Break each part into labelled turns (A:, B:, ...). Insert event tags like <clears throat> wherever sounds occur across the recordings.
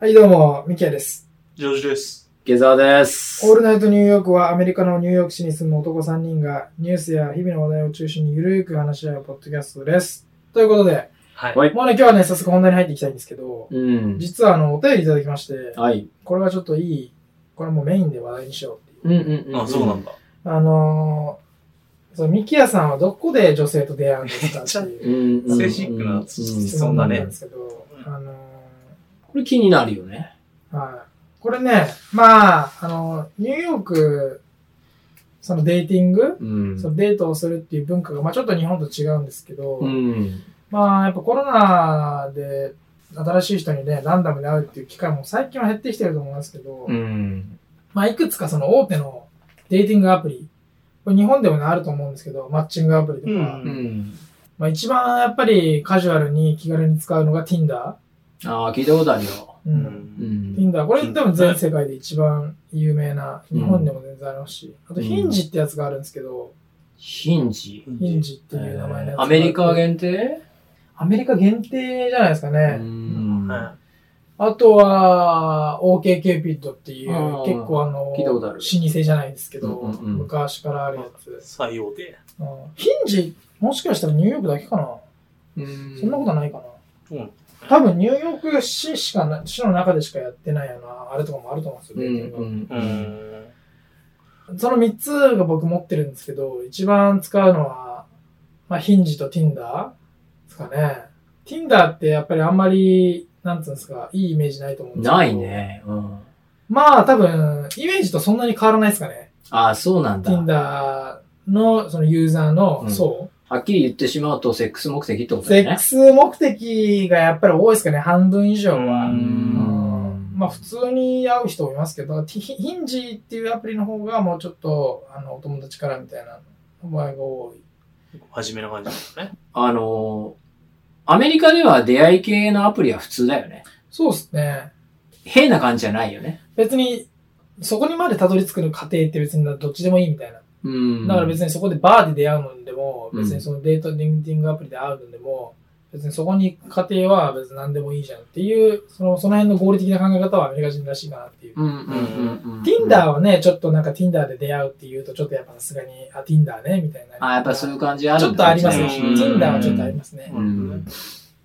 A: はい、どうも、ミキヤです。
B: ジョージです。
C: 下沢です
A: オー。ルナイトニューヨークはアメリカのニューヨーク市に住む男3人がニュースや日々の話題を中心にゆるく話し合うポッドキャストです。ということで、
B: はい。
C: はい
A: もうね、今日はね、早速本題に入っていきたいんですけど、
C: うん。
A: 実はあの、お便りいただきまして、
C: はい。
A: これはちょっといい、これもうメインで話題にしようっていう。
C: うんうん
B: あ、そうなんだ。
A: あのー、そのミキヤさんはどこで女性と出会うんですかっていう
C: うんうん。
B: セクシーな
C: うん
B: 質
A: 質
B: そ
A: 問
B: ん
A: な
B: なんね
A: ですけど、あのー、
C: これ気になるよね。
A: はい。これね、まあ、あの、ニューヨーク、そのデーティング、
C: うん
A: そのデートをするっていう文化が、まあちょっと日本と違うんですけど、
C: うん。
A: まあやっぱコロナで新しい人にね、ランダムで会うっていう機会も最近は減ってきてると思いますけど、
C: うん。
A: まあいくつかその大手のデーティングアプリ、これ日本でもね、あると思うんですけど、マッチングアプリとか、
B: うん
C: うん。
A: まあ一番やっぱりカジュアルに気軽に使うのが Tinder。
C: ああ、聞いたことあるよ。
A: う
B: うんん。
C: ん。
A: Tinder。これでも全世界で一番有名な、
C: うん
A: 日本でも全然ありますし、あとヒンジってやつがあるんですけど、
C: ヒンジ。
A: ヒンジっていう名前のやつがあって、
C: アメリカ限定
A: アメリカ限定じゃないですかね。
C: ん
B: は
A: あとは、OK キューピッドっていう
C: あ、ー
A: 結構あの、
C: 聞いたことあ
A: 老
C: る
A: 舗じゃないですけど、
C: うんうんうん
A: 昔からあるや
B: い。
A: つ、
B: 採用で。
A: うんヒンジ、もしかしたらニューヨークだけかな、
C: うん
A: そんなことはないかな。
B: うん。
A: 多分ニューヨーク市しかな、市の中でしかやってないような、あれとかもあると思うんですよ、
C: う
A: デ
C: ん
A: ーティングは
C: うん
B: う。ん。
A: その3つが僕持ってるんですけど、一番使うのは、まあ、ヒンジと Tinder ですかね。Tinder ってやっぱりあんまり、なんつうんですか、いいイメージないと思うんですけど。
C: ない。ね。うん。
A: まあ多分、イメージとそんなに変わらないですかね。
C: ああ、そうなんだ。
A: Tinder のそのユーザーの
C: うん
A: 層、
C: はっきり言ってしまうと、セックス目的ってことだ
A: セ
C: よ
A: ッ
C: ね
A: ク。ス目的がやっぱり多いですかね、半分以上は。
B: う
A: うんまあ普通に会う人もいますけど、ヒヒンジっていうアプリの方がもうちょっと、あの、お友達からみたいな場合が多い。
B: 真面目な感じだね。
C: あのー、アメリカでは出会い系のアプリは普通だよね。
A: そうですね。
C: 変な感じじゃないよね。
A: 別に、そこにまでたどり着く過程って別にどっちでもいいみたいな。
C: うん。
A: だから別にそこでバーで出会うのでも、
C: うん
A: 別にそのデートディンティングアプリで会うのでも、別にそこに過程は別に何でもいいじゃんっていう、そのその辺の合理的な考え方はアメリカ人らしいなっていう。
C: うんうんうんうん。
A: Tinder はね、ちょっとなんか Tinder で出会うっていうと、ちょっとやっぱさすがに、あ、Tinder ね、みたいな。
C: あ、やっぱそういう感じある
A: ちょっとありますね。
B: うん
A: Tinder はちょっとありますね。
C: うん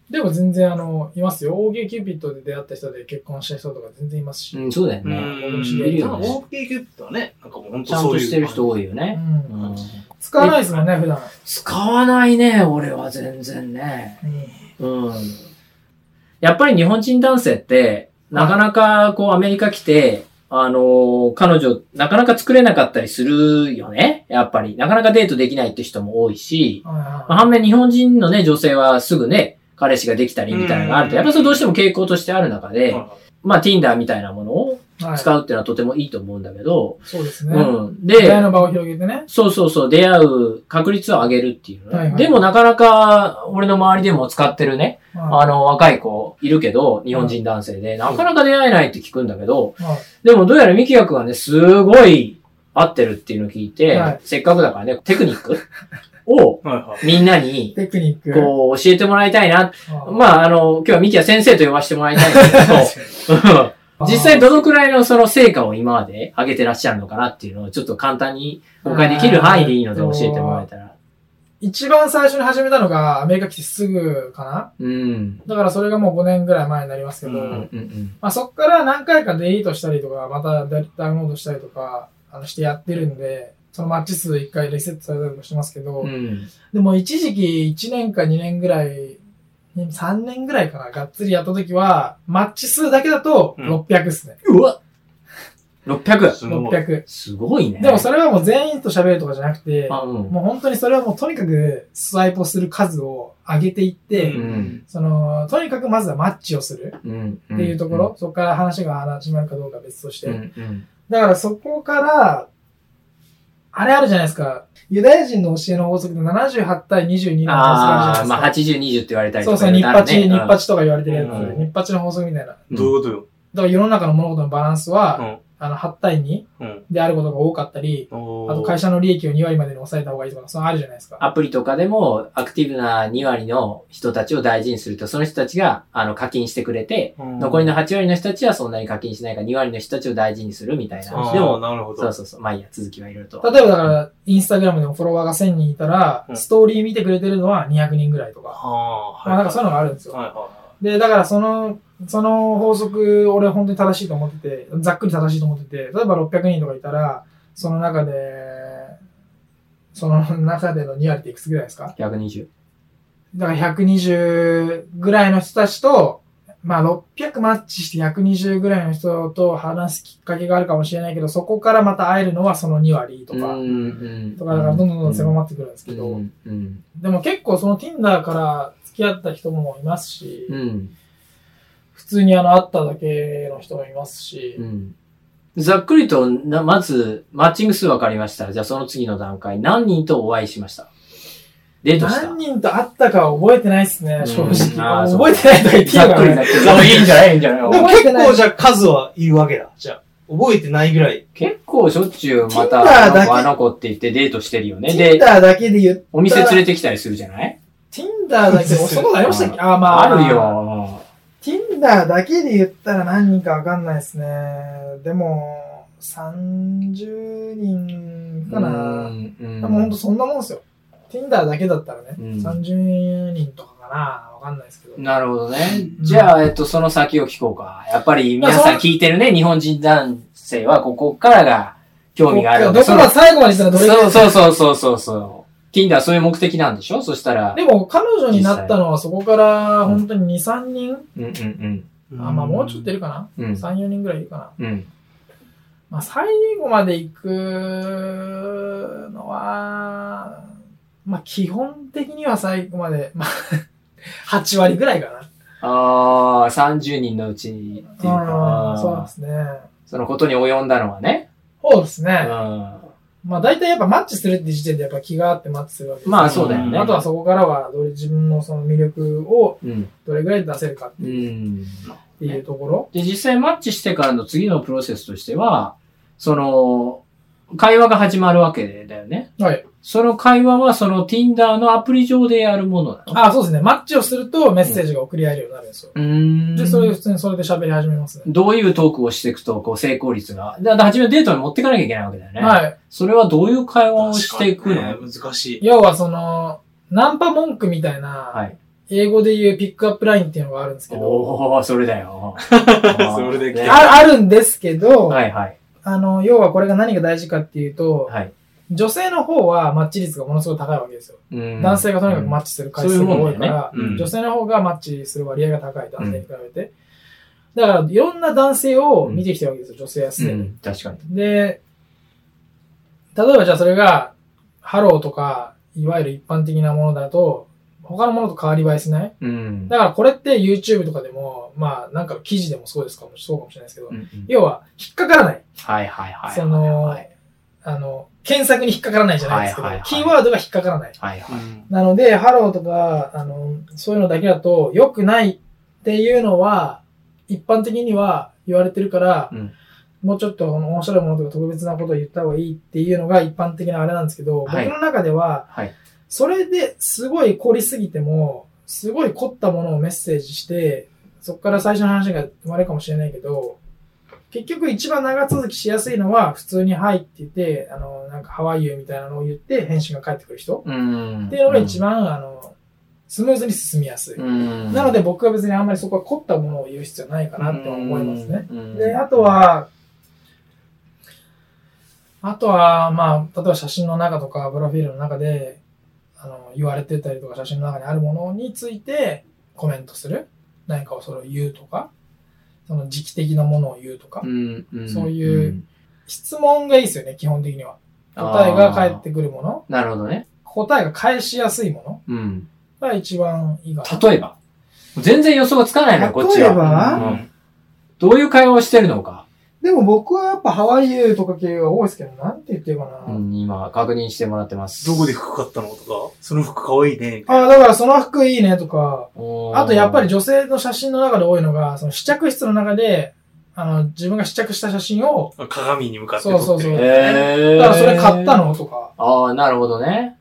A: でも全然あの、いますよ。OG キューピットで出会った人で結婚した人とか全然いますし。
C: す。うん、そうだよ
B: うん。
C: ね。いる
B: な
C: よ
B: ん
C: ね
B: か OK キュットはね、なんかもう本
C: ち
B: 当
C: ゃん
B: そうい
C: と
B: う。
C: してる人多いよね。
A: うん
C: うん
A: 使わないですもんね、普段。
C: 使わないね、俺は全然ね。うん。やっぱり日本人男性って、なかなかこうアメリカ来て、あのー彼女、なかなか作れなかったりするよね。やっぱり。なかなかデートできないって人も多いし、まあ
A: は
C: 反面日本人のね、女性はすぐね、彼氏ができたりみたいなのがあると、やっぱりそれどうしても傾向としてある中
B: はい
C: で、まあ Tinder みたいなものを
A: いはい。
C: 使うっていうのはとてもいいと思うんだけど、
A: そうですね。
C: うん。
A: 出会い
C: で、
A: の場を広げてね。
C: そうそうそう、出会う確率を上げるっていうね、
A: はいはい
C: でもなかなか、俺の周りでも使ってるね、
A: は
C: あの、若い子いるけど、日本人男性で、なかなか出会えないって聞くんだけど、
A: いはい
C: でもどうやらミキヤ君はね、すごい合ってるっていうのを聞いて、
A: はい
C: せっかくだからね、テクニックを
B: はい。
C: みんなに、
A: テクニック。
C: こう、教えてもらいたいな。
A: あ
C: まあ、あの、今日はミキヤ先生と呼ばせてもらいたいんだけど、うん
A: <laughs> あ
C: 実際どのくらいのその成果を今まで上げてらっしゃるのかなっていうのをちょっと簡単に誤解できる範囲でいいので教えてもらえたら。
A: 一番最初に始めたのがアメリカ来てすぐかな
C: うん。
A: だからそれがもう5年ぐらい前になりますけど、
B: うん
C: うんうん
A: まあそっから何回かデリートしたりとか、またダダウンロードしたりとか、あのしてやってるんで、そのマッチ数1回リセットされたりもしてますけど、
C: うん。
A: でも一時期1年か2年ぐらい、3年ぐらいかな、がっつりやった時は、マッチ数だけだと600ですね。
C: うわ !600!
B: すごい。
A: 600。
C: すごいね。
A: でもそれはもう全員と喋るとかじゃなくて、
C: あ、うん。
A: もう本当にそれはもうとにかくスワイプをする数を上げていって、
C: うん
A: その、とにかくまずはマッチをする
C: うん。
A: っていうところ、そこから話が始まるかどうかは別として。
C: うん。うん。
A: だからそこから、あれあるじゃないですか。ユダヤ人の教えの法則で78対22の法則あるじ
C: あ
A: ゃ
C: あ、
A: な
C: ま
A: い
C: あ、
A: ですか。
C: 80、20って言われたり
A: そう
C: とか
A: そう、
C: ね。
A: 日八、
C: ある
A: 日
C: ね
A: 八とか言われてるやつ。
B: うん
A: 日八の法則みたいな。
B: どういうことよ。
A: だから世の中の物事のバランスは、
B: うん
A: あの、8対2
B: うん。
A: であることが多かったり、
B: おー
A: あと会社の利益を2割までに抑えた方がいいとか、そのあるじゃないですか。
C: アプリとかでもアクティブな2割の人たちを大事にすると、その人たちがあの課金してくれて、
B: うん
C: 残りの8割の人たちはそんなに課金しないから2割の人たちを大事にするみたいな。
B: あー
C: でも、
B: なるほど。
C: そうそうそう。まあいいや、続きはいろいろと。
A: 例えばだから、インスタグラムでもフォロワーが1000人いたら、
B: うん
A: ストーリー見てくれてるのは200人ぐらいとか。
B: ああー、
A: まあなんかそういうのがあるんですよ。
B: はいはいは
A: で、だからその、その法則、俺本当に正しいと思ってて、ざっくり正しいと思ってて、例えば600人とかいたら、その中で、その中での2割っていくつぐらいですか
C: 120。
A: だから120ぐらいの人たちと、まあ600マッチして120ぐらいの人と話すきっかけがあるかもしれないけど、そこからまた会えるのはその2割とか、
C: ん
A: とか、だからどんどんどんどん狭まってくるんですけ
C: う
A: ど、
C: ん。うん。
A: でも結構その Tinder から付き合った人もいますし
C: う、ん。
A: 普通にあの会っただけの人もいますし、
C: うん。ざっくりと、な、まず、マッチング数分かりました。じゃあその次の段階、何人とお会いしましたデートした
A: 何人と会ったかは覚えてないっすね、正
C: うん
A: 直。
C: あーそう
A: 覚えてないとか言っていいの
C: ざっ
A: か
C: くり
A: な
C: だけど。いいんじゃないいいんじゃ
B: い。で
C: ない
B: も
A: 覚えて
B: 結
A: ない
B: 構じゃあ数はいるわけだ。じゃあ、覚えてないぐらい。
C: 結構しょっちゅうまた、あ
A: Tinder だけ
C: の子あの子って言ってデートしてるよね。で、
A: Tinder だけで言う。
C: お店連れてきたりするじゃない
A: Tinder だけで、そこありましたっけあー、ま
C: あ
A: あ。
C: る。よ。
A: Tinder だけで言ったら何人かわかんないですね。でも、30人か
C: う
A: な。
C: んうん
A: でもほんとそんなもんですよ。Tinder だけだったらね、
C: うん
A: 30人とかかな。わかんないですけど。
C: なるほどね
A: う。ん
C: じゃあ、えっと、その先を聞こうか。やっぱり皆さん聞いてるね、日本人男性はここからが興味があるわけ
A: どこが最後までしたらどれぐらい
C: そうそうそうそうそうそう。Tinder はそういう目的なんでしょそしたら。
A: でも、彼女になったのはそこから、本当に2、3人、
C: うんうん
A: あ、まあもうちょっといるかな、
C: うん。うん
A: ?3、4人ぐらいいるかな
C: うん。
A: まあ最後まで行くのは、まあ基本的には最後まで、ま <laughs> あ、8割ぐらいかな。
C: ああ、30人のうちにっていう
A: うん、
C: か、
A: そうですね。
C: そのことに及んだのはね。
A: そうです
C: う
A: ね。
C: ん。
A: まあ大体やっぱマッチするって時点でやっぱ気があってマッチするわけです
C: まあそうだよ
B: うん
C: ね。
A: あとはそこからはどれ自分のその魅力を
C: うん。
A: どれぐらい出せるかっ
C: うん。
A: ていうところ。
C: で、実際マッチしてからの次のプロセスとしては、その、会話が始まるわけだよね。
A: はい。
C: その会話はその Tinder のアプリ上でやるものなの
A: ああ、そうですね。マッチをするとメッセージが送り合えるようになるんですよ。
C: うーん
A: で、それで普通にそれで喋り始めますね。
C: どういうトークをしていくと、こう、成功率が。だ、だ、初めデートに持っていかなきゃいけないわけだよね。い。
A: はい。
C: それはどういう会話を
B: 確
C: し
B: か
C: て
B: に
C: いくの、
B: ね難しい。
A: 要はその、ナンパ文句みたいな、
C: はい。
A: 英語で言うピックアップラインっていうのがあるんですけど、
C: おおそれ
A: <laughs>
C: だよ。
B: それで来て
C: ね
A: ああるんですけど、
C: はいはい。
A: あの、要はこれが何が大事かっていうと、
C: はい。
A: 女性の方はマッチ率がものすごい高いわけですよ。
C: うん
A: 男性がとにかくマッチする回数が多
B: う
A: いから、
B: んそういうもんだよねうん
A: 女性の方がマッチする割合が高い、男性に比べて。だから、いろんな男性を見てきてるわけですよ、女性はすで
C: う
A: に。
C: ん、確かに。
A: で、例えばじゃあそれが、ハローとか、いわゆる一般的なものだと、他のものと変わり映えしない
C: うん。
A: だからこれって YouTube とかでも、まあなんか記事でもそうですかも、そうかもしれないですけど
C: う、んうん
A: 要は引っかからない。
C: はいはいはい。
A: その
C: はい
A: あの、検索に引っかからないじゃないですけど
C: はいはいは、い
A: キーワードが引っかからない。
C: はいはい。
A: なので、ハローとか、あの、そういうのだけだと良くないっていうのは、一般的には言われてるから、
C: うん
A: もうちょっとこの面白いものとか特別なことを言った方がいいっていうのが一般的なあれなんですけど、
C: はい
A: 僕の中では、
C: はい。
A: それですごい凝りすぎても、すごい凝ったものをメッセージして、そこから最初の話が生まれるかもしれないけど、結局一番長続きしやすいのは、普通にはいって言って、あの、なんかハワイユーみたいなのを言って返信が返ってくる人。
C: うん。
A: っていうのが一番、あの、スムーズに進みやすい。
C: うん。
A: なので僕は別にあんまりそこは凝ったものを言う必要ないかなって思いますね。
C: うん。
A: で、あとは、あとは、まあ、例えば写真の中とか、プロフィールの中で、あの、言われてたりとか、写真の中にあるものについてコメントする。何かをそれを言うとか、その時期的なものを言うとか
C: う、ん、うん、
A: そういうん質問がいいですよね、基本的には。答えが返っ。
C: あ
A: てくるもの、
C: ーなるほどね。
A: 答えが返しやすいも
C: うん。
A: のが一番いいかな。
C: 例えば。全然予想がつかないのよ、こっちは。
A: 例えば
C: うんどういう会話をしてるのか、
A: でも僕はやっぱハワイユーとか系が多いですけど、なんて言ってるかな。
C: うん今確認してもらってます。
B: どこで服買ったのとか、その服かわいいね。みたい
A: あだからその服いいねとか、
C: おー
A: あとやっぱり、女性の写真の中で多いのが、その試着室の中で、あの、自分が試着した写真を、
B: 鏡に向かって撮
A: そ
B: って
A: うそうそう。
C: へ
A: だか
C: ー
A: らそれ買ったのとか、
C: ああ、なるほどね。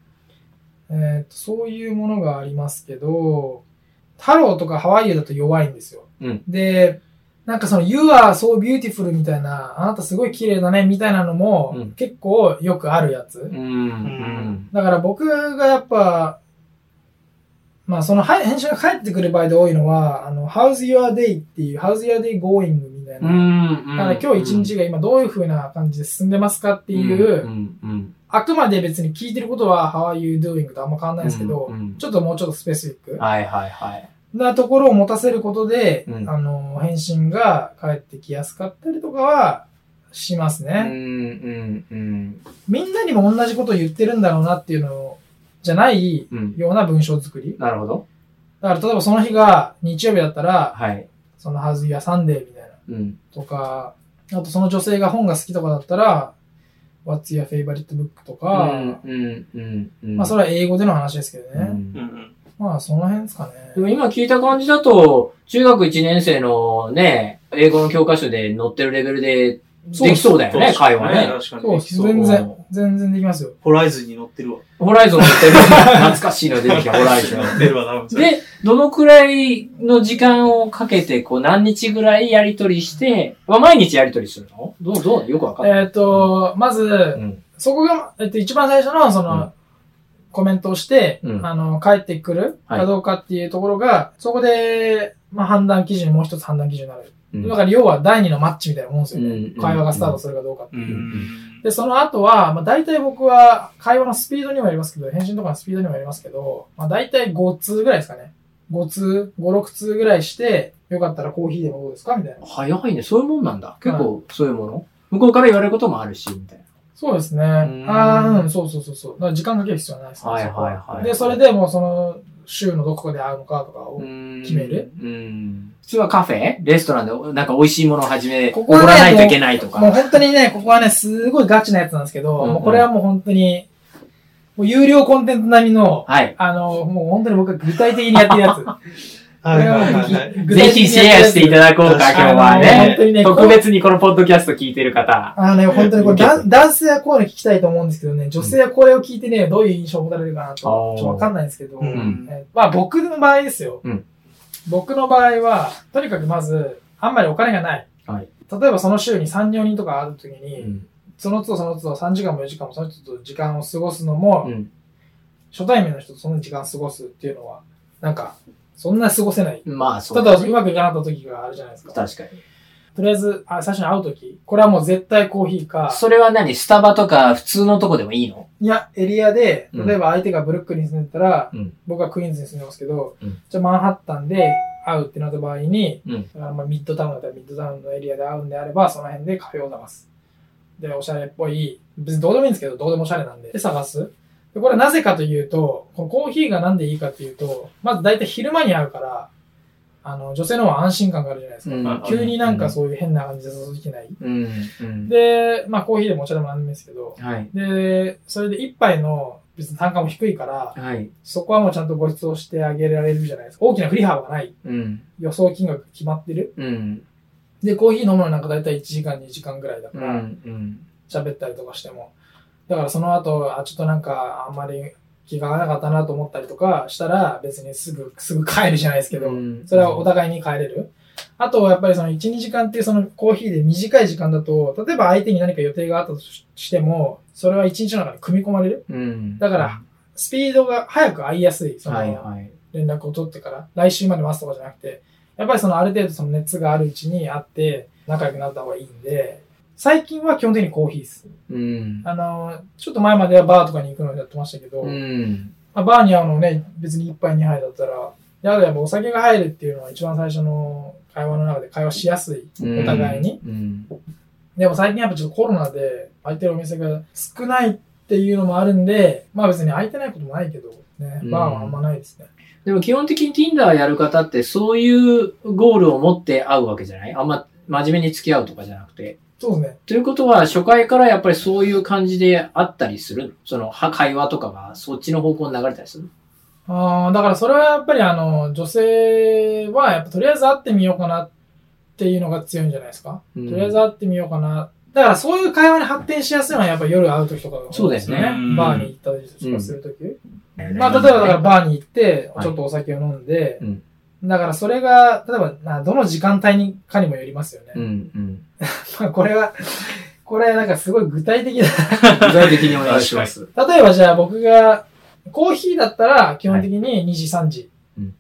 A: えーと、そういうものがありますけど、太郎とかハワイアだと弱いんですよ。
C: うん
A: で、なんかその You are so beautiful みたいな、あなたすごい綺麗だねみたいなのも、
C: うん
A: 結構よくあるやつ。
C: うん。うん。
A: だから僕がやっぱ、まあそのはい編集が返ってくる場合で多いのは、あの、How's your day っていう、How's your day going みたいな。
C: うん。
A: だから今日一日が今どういう風な感じで進んでますかっていう、
C: うん。うん。
A: あくまで別に聞いてることは How are you doing とあんま変わんないんですけど、
C: うんうん
A: ちょっともうちょっとスペシフィック
C: はいはいはい。
A: なところを持たせることで、
C: うん
A: あの、返信が返ってきやすかったりとかはしますね。
C: うん。うん。
A: みんなにも同じこと言ってるんだろうなっていうのじゃない
C: うん。
A: ような文章作り。
C: なるほど。
A: だから例えばその日が日曜日だったら、
C: はい。
A: そのはずやサンデーみたいな。
C: うん。
A: とか、あとその女性が本が好きとかだったら、What's your favorite book? とか、
C: うん。うん。うん。
A: まあそれは英語での話ですけど
C: う
A: ね。
C: ん
B: うんうん。
A: まあその辺ですか
C: でも
A: ね。
C: 今聞いた感じだと、中学1年生のね、英語の教科書で載ってるレベルでできそうだよね、会話ね。
B: 確かに。
A: そう、
B: そう
A: 全然
C: う、
A: 全然できますよ。
B: ホライズンに乗ってるわ。
C: ホライゾン載ってる。懐かしいの出
B: <laughs>
C: てきた、ホライゾン
B: 乗。ってるわ、多分それ。
C: で、どのくらいの時間をかけて、こう、何日ぐらいやりとりして、は毎日やりとりするのどう、どうよくわかんない。
A: えっと、まず、
C: ん。
A: そこが、えっと、一番最初の、その、
C: うん
A: コメントをして、
C: うん
A: あの、帰ってくるかどうかっていうところが、そこで、まあ判断基準、もう一つ判断基準になる。
C: う
A: だから要は第二のマッチみたいなもんですよね。
C: ん
A: 会話がスタートするかどうかって
B: う
A: いう。
B: ん。
A: で、その後は、まあ、大体僕は会話のスピードにもよりますけど、返信とかのスピードにもよりますけど、まあ、大体5通ぐらいですかね。5通、5、6通ぐらいして、よかったらコーヒーでもどうですかみたいな。
C: 早いね。そういうもんなんだ。結構、そういうもの。向こうから言われることもあるし、みたい
A: そうですね。
C: ん
A: ああ、うん、そうそうそうそう。だから時間かける必要はないです
C: な。
A: ね。
C: はいはいはい。
A: で、それでもうその、週のどこで会うのかとかを、決
C: 決
A: める
C: うん。普通はカフェレストランで、なんか美味しいものをはじめ、
A: こ
C: お
A: こは
C: ご
A: ね
C: らないといけないと
A: もう
C: か。
A: 本当にね、ここはね、すごいガチなやつなんですけど、
C: うんうん
A: もうこれはもう本当に、もう有料コンテンツ並みの、
C: はい。
A: あの、もう本当に僕が具体的にやってるやつ。
B: はいはいはいはい。
C: ぜひシェアしていただこうか、今
B: 確
C: 日
B: かに
C: は
A: あの
C: ね
A: 本。当にね、
C: 特別にこのポッドキャスト聞いてる方。
A: あのね、本当にこれ、
C: いいです
A: 男男性はこういうの聞きたいと思うんですけどね、女性はこれを聞いてね、どういう印象を持たれるかなと、ち
C: あ
A: ょっ
C: ー
A: とわかんないんですけど、
B: う
A: え
B: ん。
A: ーまあ僕の場合ですよ。
C: うん
A: 僕の場合は、とにかくまず、あんまりお金がない。
C: はい
A: 例えばその週に3、4人とか会うときに、
C: うん。
A: その都度その都度3時間も4時間もその人と時間を過ごすのも、
C: うん
A: 初対面の人とその時間過ごすっていうのは、なんか、そんな過ごせない。
C: まあ、そ
A: た
C: う。
A: だうまくいかなかった時があるじゃないですか。
C: 確かに。
A: とりあえず、あ最初に会うとき、これはもう絶対コーヒーか、
C: それは何スタバとか普通のとこでもいいの
A: いや、エリアで、
C: うん
A: 例えば相手がブルックリンに住んでたら、
C: うん
A: 僕はクイーンズに住んでますけど、
C: うん
A: じゃあマンハッタンで会うってなった場合に、
C: うん
A: あまあ、ミッドタウンだったらミッドタウンのエリアで会うんであれば、その辺でカフェを探す。で、おしゃれっぽい、別にどうでもいいんですけど、どうでもおしゃれなんで、で探す。で、これなぜかというと、このコーヒーがなんでいいかというと、まず大体昼間に会うから、あの、女性の方は安心感があるじゃないですか。
B: うん
A: 急になんかそういう変な感じで誘ってきない。
C: うん。うん。
A: で、まあコーヒーでもお茶でもなんでもいいんですけど、
C: はい。
A: で、それで一杯の別に単価も低いから、
C: はい。
A: そこはもうちゃんとご馳走してあげられるじゃないですか。大きな振り幅がない。
C: うん。
A: 予想金額が決まってる。
C: うん。
A: で、コーヒー飲むのなんかだいたい1時間2時間ぐらいだか
C: う
A: ら、
C: ん。
A: 喋、ったりとかしても。だからその後、あ、ちょっとなんかあんまり気が合わなかったなと思ったりとかしたら、別にすぐ、すぐ帰るじゃないですけど、
C: うん
A: それはお互いに帰れる。あと、やっぱりその1、2時間っていうそのコーヒーで短い時間だと、例えば相手に何か予定があったとししても、それは1日の中に組み込まれる。
C: うん。
A: だ
C: <laughs>
A: から、スピードが早く合いやすい、そ
C: はい
A: の
C: はい。
A: 連絡を取ってから、来週まで待つとかじゃなくて、やっぱりそのある程度その熱があるうちに会って仲良くなった方がいいんで、最近は基本的にコーヒーです。
C: うん。
A: あの、ちょっと前まではバーとかに行くのをやってましたけど、
C: うん。
A: まあ、バーに会うのもね、別に1杯2杯だったら、であとやっぱお酒が入るっていうのは一番最初の会話の中で会話しやすい。お互いに。
C: うん。
A: でも最近やっぱちょっとコロナで空いてるお店が少ないっていうのもあるんで、まあ別に空いてないこともないけど、ね
C: う、ん
A: バーはあんまないですね。
C: でも基本的に Tinder やる方ってそういうゴールを持って会うわけじゃないあんま真面目に付き合うとかじゃなくて。
A: そうですね。
C: ということは初回からやっぱりそういう感じで会ったりするのそのは会話とかがそっちの方向に流れたりする
A: あーだからそれはやっぱりあの、女性はやっぱとりあえず会ってみようかなっっていうのが強いんじゃないですか。
C: うん
A: とりあえず会ってみようかな。だからそういう会話に発展しやすいのはやっぱ夜会う時とかが多い
C: そうですね
B: うん
A: バーに行ったりとかする時まあ、例えばだからバーに行って、
C: はい
A: ちょっとお酒を飲んで、
C: うん
A: だからそれが、例えばな、どの時間帯にかにもよりますよね。
C: うん、うん。
A: ま <laughs> あ、これは、これなんかすごい具体的
C: 具体的にお願いします。
A: な。例えばじゃあ僕が、コーヒーだったら基本的に2時3時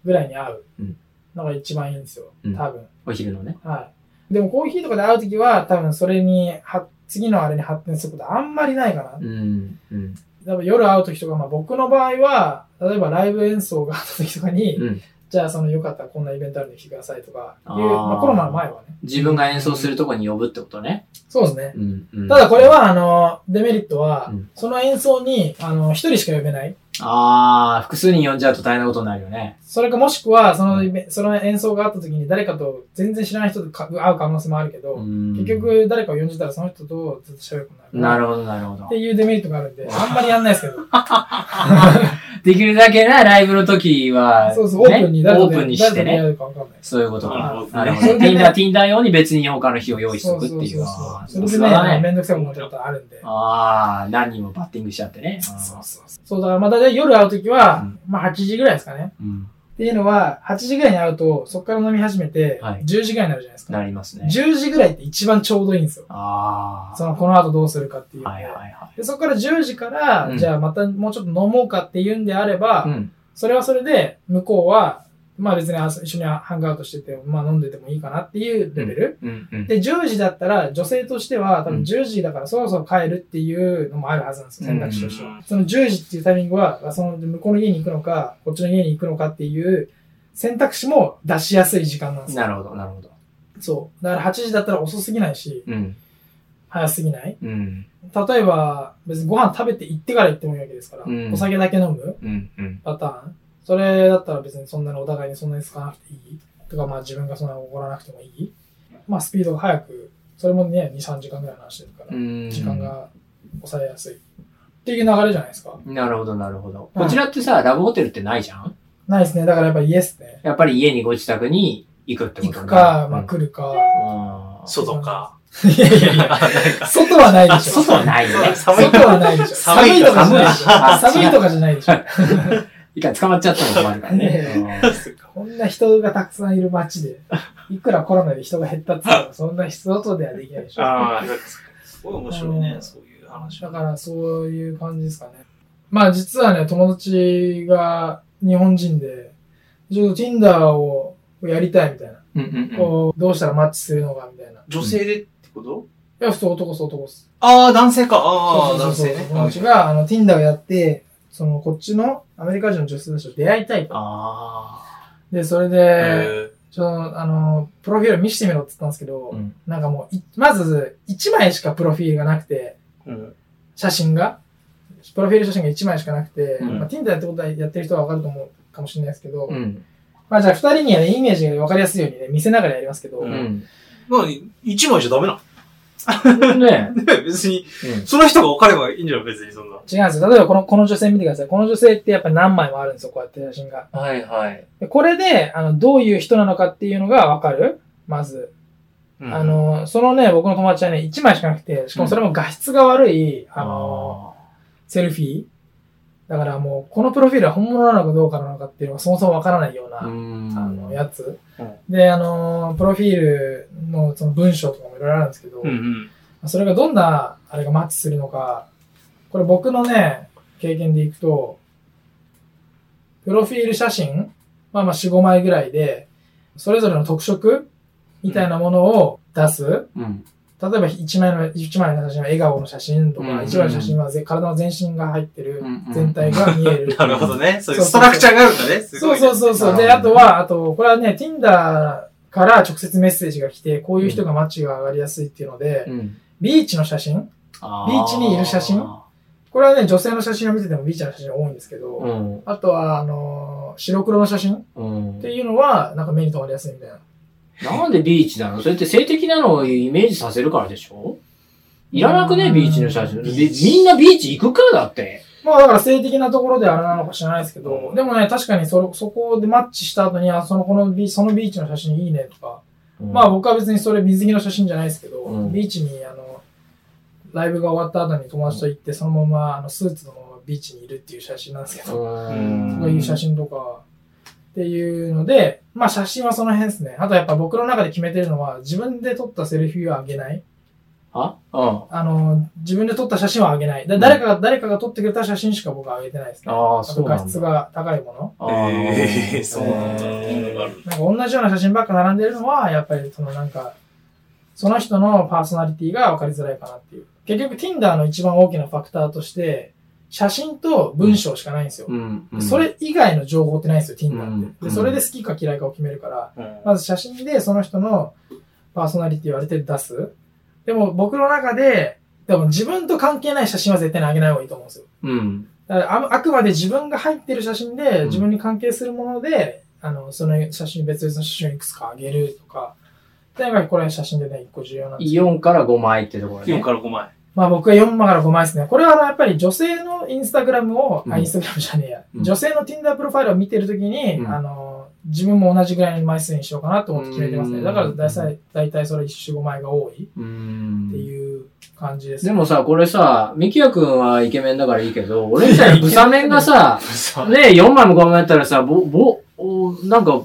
A: ぐらいに会う
C: うん
A: のが一番いいんですよ。
C: うん
A: 多分。
C: お昼のね。
A: はい。でもコーヒーとかで会うときは、多分それには、次のあれに発展することあんまりないかな。
C: うん、うん。
A: 多分夜会うときとか、まあ僕の場合は、例えばライブ演奏があったときとかに、
C: うん
A: じゃあそのよかったらこんなイベントあるんで来てくださいとかいう、
C: あー
A: まあコロナの前はね。
C: 自分が演奏するとこに呼ぶってことね。
A: そうですね。
C: うん、うん。
A: ただこれ、は、あの、デメリットは、
C: うん
A: その演奏に、あの、一人しか呼べない。
C: ああ、複数人呼んじゃうと大変なことになるよね。
A: それかもしくは、そのイベ、その演奏があった時に誰かと全然知らない人とか会う可能性もあるけど、
C: 結
A: 結、局誰かを呼んじたらその人とずっと喋ることにな
C: な
A: る。
C: るほど、なるほど
A: って。いうデメリットがあるんで、あんまりやんないですけど。
C: できるだけな、ライブの時 <laughs> は、
A: そうそう、オープンに
C: ね、
A: 誰
C: オ
A: と
C: ープン
A: 誰
C: にし
A: と
C: て
A: 出会え
C: ね。
A: るかわかんない。
C: そういうこと
B: な
C: か。
B: るほど
C: な
B: ね
C: るほど。Tinder、Tinder 用に別に他の日を用意しとくっていう。
A: そ
C: あーさ
A: うそ
C: す
A: うそうそ
C: が
A: れで
C: だ
A: ね、
C: ね。
A: めんどくさいことになることあるんで。
C: ああ、何人もバッティングしちゃってね。
A: そう
C: あ
A: そう
C: ー
A: そう。そうだから、またね、夜会うときは、
C: うん
A: まあ8時ぐらいですかね。
C: うん。
A: っていうのは、8時ぐらいに会うと、そこから飲み始めて、
C: はい
A: 10時ぐらいになるじゃないですか。
C: なりますね。
A: 10時ぐらいって一番ちょうどいいんですよ。
C: あ
A: そ
C: あ。
A: の、この後どうするかっていうので。
C: はいはいは
A: でそこから10時から、
C: うん
A: じゃあまたもうちょっと飲もうかっていうんであれば、
C: い。うん。
A: それはそれで、向こうは、まあ別にあ一緒にハングアウトしてて、まあ飲んでてもいいかなっていうレベル。
C: うん。うん。
A: で、10時だったら、女性としては、多
C: う
A: 分
C: ん
A: 10時だからそろそろ帰るっていうのもあるはずなんですよ、選択肢として
B: う
A: は
B: ん。
A: その10時っていうタイミングは、その向こうの家に行くのか、こっちの家に行くのかっていう選択肢も出しやすい時間なんですよ。
C: なるほど、なるほど。
A: そう。だから8時だったら遅すぎないし、
C: うん。
A: 早すぎない。
C: うん。
A: 例えば、別にご飯食べて行ってから行ってもいいわけですから、
C: うん
A: お酒だけ飲む
C: うん。うん。
A: パターン。それだったら別にそんなにお互いにそんなに使わなくていい。とか、まあ自分がそんなに怒らなくてもいい。まあスピードが速く、それもね、2、3時間ぐらいの話ですから
C: う、ん。
A: 時間が抑えやすい。っていう流れじゃないですか。
C: なるほど、なるほど。
A: うん
C: こちらってさ、ラブホテルってないじゃん
A: ないですね。だからやっぱイエスね。
C: やっぱり家にご自宅に行くってこと
A: 行
C: に
A: く
C: な
A: か
C: る、
A: まあ来るか。
C: うん
B: 外か。
A: いやいやいや、外はないでしょ。
C: 外はないよね。
B: 寒い
A: 外はないでしょ。
B: 寒
A: 寒い
B: い
A: とかじゃないでしょ。
C: あ
A: 寒いとかじゃないでしょ。
C: 一回捕まっちゃったのもあ
A: <laughs>
C: るからね。うん
A: こんな人がたくさんいる街で、いくらコロナで人が減ったっつっても、そんな外ではできないでしょ。
B: ああ、すごい面白い
A: あ
B: ね
A: の、
B: そういう話
A: だ
B: は。
A: からそういう感じですかね。まあ実はね、友達が日本人で、ちょっと Tinder をやりたいみたいな。
C: うんうん
A: こうどうしたらマッチするのかみたいな。い
B: 女性でってこと
A: や、普通男っす男っす。
B: ああ、男性か。ああ、
A: そう
B: 男
A: そう
B: 性
A: そう
B: ね。
A: 友達があの Tinder をやって、そのこっちのアメリカ人の女性の人と出会いたいと。
C: あ
A: で、それ
B: へ
A: で、
B: ー
A: ちょっとあの、プロフィール見せてみろって言ったんですけど、
C: あ。うん
A: なんかもうい、まず1枚しかプロフィールがなくて、
B: うん
A: 写真が、プロフィール写真が1枚しかなくて、
C: うん
A: まあ、Tinder やってことはやってる人は分かると思うかもしれないですけど、
C: うん。
A: まあじゃあ2人にはね、イメージが分かりやすいようにね、見せながらやりますけど、
B: う
C: うんん。
B: まあ、一枚じゃダメな
C: ね
B: の <laughs> ね別に、
C: うん
B: その人が分かればいいんじゃん、別にそんな。
A: 違うんですよ。例えばこの、この女性見てください。この女性ってやっぱり何枚もあるんですよ、こうやって写真が。
C: はいはい。
A: でこれで、あの、どういう人なのかっていうのが分かるまず。
B: うん
A: あ、の、そのね、僕の友達はね、1枚しかなくて、しかもそれも画質が悪い、あの、セルフィーだからもう、このプロフィールは本物なのかどうかなのかっていうのがそもそもわからないような、
C: あー、うん。
A: あの、やつ。
B: うん
A: で、あの、プロフィールのその文章とかもいろいろあるんですけど、
B: うんうん。
A: それがどんな、あれがマッチするのか、これ僕のね、経験でいくと、プロフィール写真、まあまあ4、5枚ぐらいで、それぞれの特色みたいなものを出す。
C: うん。
A: 例えば1枚の、一枚の写真は笑顔の写真とか、
C: うんうんうん
A: 1枚の写真はぜ体の全身が入ってる
C: うんうんうん
A: 全体が見える。
C: <laughs>
B: なるほどね。そういう
A: そうそうそう
B: ストラクチャーがあるんだね。す
A: そ
B: ご
A: う
B: いね
A: そうそうそう。で、
C: な
A: あ
C: るほ
A: と
C: ど
A: は、あと、これはね、Tinder から直接メッセージが来て、こういう人がマッチが上がりやすいっていうので、
C: うん。
A: ビーチの写真ビーチにいる写真これはね、女性の写真を見ててもビーチの写真が多いんですけど、
C: うん。
A: あとは、あのー白黒の写真っ
C: うん
A: ていうのは、なんか目に留まりやすいみたいな。
C: なんでビーチなのそれって性的なのをイメージさせるからでしょいらなく
A: う
C: ね、
A: ん
C: ビーチの写真。みみんなビーチ行くからだって。
A: まあだから性的なところであれなのか知らないですけど、
B: うん
A: でもね、確かにそれ、そこでマッチした後に、あ、その、このビーそのビーチの写真いいねとか、
C: うん
A: まあ僕は別にそれ水着の写真じゃないですけど、
C: うん
A: ビーチにあの、ライブが終わった後に友達と行って、そのままあのスーツのままビーチにいるっていう写真なんですけど、
C: うん
A: こういう写真とか、っていうので、まあ写真はその辺ですね。あとやっぱ僕の中で決めてるのは、自分で撮ったセルフィーはあげない。
C: あうん。
A: あの、自分で撮った写真はあげない。だ誰かが、誰かが撮ってくれた写真しか僕はあげてないですね。
C: ああ、
A: あ
C: そ
A: と
C: うな
A: 画
C: んだ
A: 質。が高いもの。
C: あ
D: え
C: ー
D: えそうなんだ。
C: えー
D: いいのがある。
A: なんか同じような写真ばっか並んでるのは、やっぱりそのなんか、その人のパーソナリティが分かりづらいかなっていう。結局 Tinder の一番大きなファクターとして、写真と文章しかないんですよ。
C: うん。うん
A: そ、れ以外の情報ってないんですよ、Tinder って。
C: うん
A: でそれで好きか嫌いかを決めるから、
B: うん
A: まず写真でその人のパーソナリティをある程度出す。でも僕の中で、でも自分と関係ない写真は絶対にあげない方がいいと思うんですよ。
C: うん。
A: だからああくまで自分が入ってる写真で、
C: うん
A: 自分に関係するもので、あの、その写真、別々の写真をいくつかあげるとか、でやっぱりこれは写真でね、一個重要なんですけど
C: 4から5枚ってところ
D: 4
C: ね。
D: から5枚。
A: まあ僕は4枚から5枚ですね。これはあのやっぱり女性のインスタグラムを、
C: う
A: あ、
C: ん
A: インスタグラムじゃねえや、
C: うん
A: 女性の Tinder プロファイルを見てるときに、
C: うん
A: あの、自分も同じぐらいの枚数にしようかなと思って決めてます
C: う
A: ね。
C: ん
A: だから大体、大体それ1、5枚が多いっ
C: うん
A: ていう感じです。
C: でもさ、これさ、ミキヤくんはイケメンだからいいけど、俺みたい
B: <laughs>
C: にブサメンがさ、ね4枚も5枚やったらさ、ぼ、ぼ、おなんか、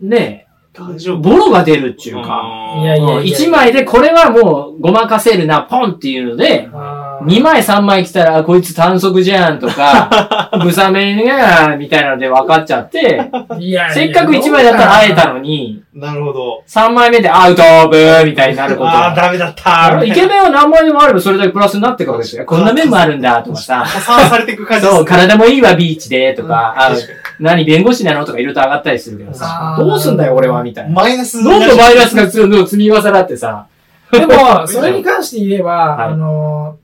C: ね
D: 大丈夫
C: ボロが出るっていうか、
A: いやいや
C: うん1枚でこれはもうごまかせるな、ポンっていうので、
A: あー
C: 2枚3枚来たら、あこいつ短足じゃんと
B: <laughs>
C: か、ブサメンや、みたいなので分かっちゃって、
A: いやいや
C: せっかく1枚だったら会えたのに、
B: なるほど。
C: 3枚目でアウトブーみたいになること
B: ああ、
C: は。
B: ダメだった
C: イケメンは何枚でもあればそれだけプラスになっていくわけですよ。こんな面もあるんだとかさ。
B: 加算されていく感じです
C: そう、
B: ね
C: 体もいいわ、ビーチで、とか、あ
B: 確か
C: 何、弁護士なのとかいろいろと上がったりするけどさ
A: あ、ー
C: どうすんだよ、俺は、みたい
B: に
C: な。
B: マイナス
C: どんどんマイナスが積み重なってさ。
A: でも、それに関して言えば、
C: はい
A: あの、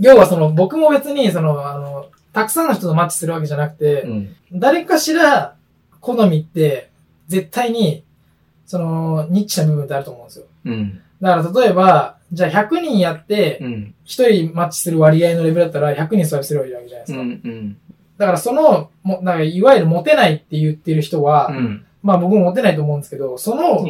A: 要はその、僕も別に、その、あの、たくさんの人とマッチするわけじゃなくて、
C: うん。
A: 誰かしら、好みって、絶対に、その、ニッチな部分ってあると思うんですよ。
C: うん。
A: だから、例えば、じゃあ100人やって
C: う、ん。
A: 1人マッチする割合のレベルだったら、100人スワイプすればいいわけじゃないで
C: う
A: すか。
C: ん。
A: だから、その、も、なんか、いわゆるモテないって言ってる人は、
C: うん。
A: まあ僕もモテないと思うんですけど、その、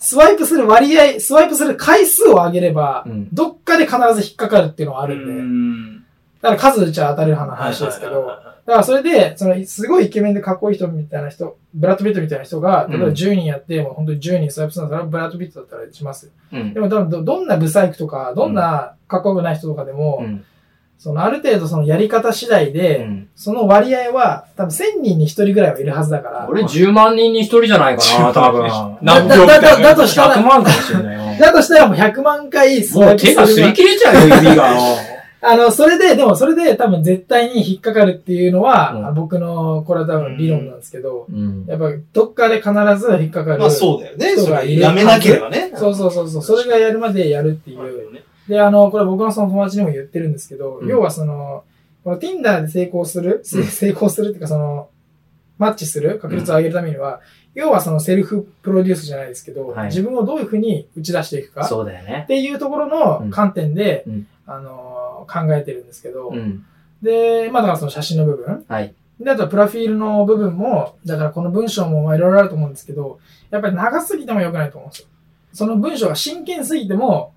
A: スワイプする割合、スワイプする回数を上げれば、
C: うん。
A: どっかで必ず引っかかるっていうのはあるんで、
D: ん
A: だから数打ちは当たる派の話ですけど、だからそれで、そのすごいイケメンでかっこいい人みたいな人、ブラッド・ピットみたいな人が、
C: うん
A: 例えば10人やって、もう本当に10人スワイプするんだったら、ブラッド・ピットだったらしますよ。
C: うん
A: で。も多分ど、どんなブサイクとか、どんなかっこよくない人とかでも、
C: うん。
A: そのある程度そのやり方次第で、
C: うん
A: その割合は、多分1000人に1人ぐらいはいるはずだから、
C: 俺10万人に1人じゃないかな、多分。
D: な
A: だだだだだとした
C: 100
A: ら、
C: 万かもしれないよ。
A: だとしたらもう100万回ス
C: も
A: ワイ
C: う
A: プす
C: 手
A: る
C: が擦り切れちゃうよ、指が。
A: あの、それで、でもそれで多分絶対に引っかかるっていうのは、
C: うん
A: あ僕の、これは多分理論なんですけど、
C: うん。
A: やっぱどっかで必ず引っかかる。
B: まあそうだよね。それはやめなければね。
A: そうそうそうそう。それがやるまでやるっていう。
D: ね。
A: で、あの、これ僕のその友達にも言ってるんですけど、
C: うん
A: 要はその、この Tinder で成功する、せ
C: うん
A: <laughs> 成功するっていうかその、マッチする確率を上げるためには、要はそのセルフプロデュースじゃないですけど、
C: はい
A: 自分をどういうふうに打ち出していくか
C: そうだよね
A: っ。ていうところの観点で、
C: うんうん
A: あのー考えてるんですけど、
C: うん。
A: で、まあだからその写真の部分。
C: はい。
A: で、あとはプロフィールの部分も、だからこの文章もまあいろいろあると思うんですけど、やっぱり長すぎても良くないと思うんですよ。その文章が真剣すぎても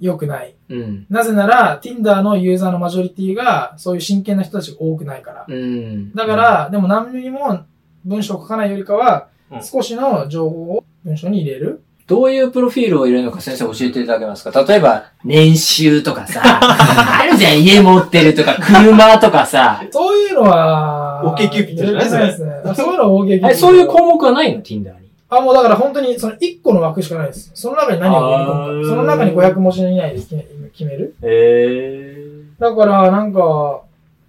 A: 良くない。
C: うん。
A: なぜなら、Tinder のユーザーのマジョリティが、そういう真剣な人たちが多くないから。
C: うん。
A: だか、ら、でも何にも文章を書かないよりかは
D: う、ん
A: 少しの情報を文章に入れる。
C: どういうプロフィールを入れるのか先生教えていただけますか例えば、年収とか <laughs> さ、あるじゃん、家持ってるとか、車とかさ。
A: そういうのは、
B: OK キューピッドじゃない
A: ですね。そういうのは OK キューピッ
C: え、
A: ド。
C: そういう項目はないの ?Tinder に。
A: あ、もうだから本当にその1個の枠しかないです。その中に何を入れ込むか。その中に500文字以内で決め決める。
C: へー。
A: だからなんか、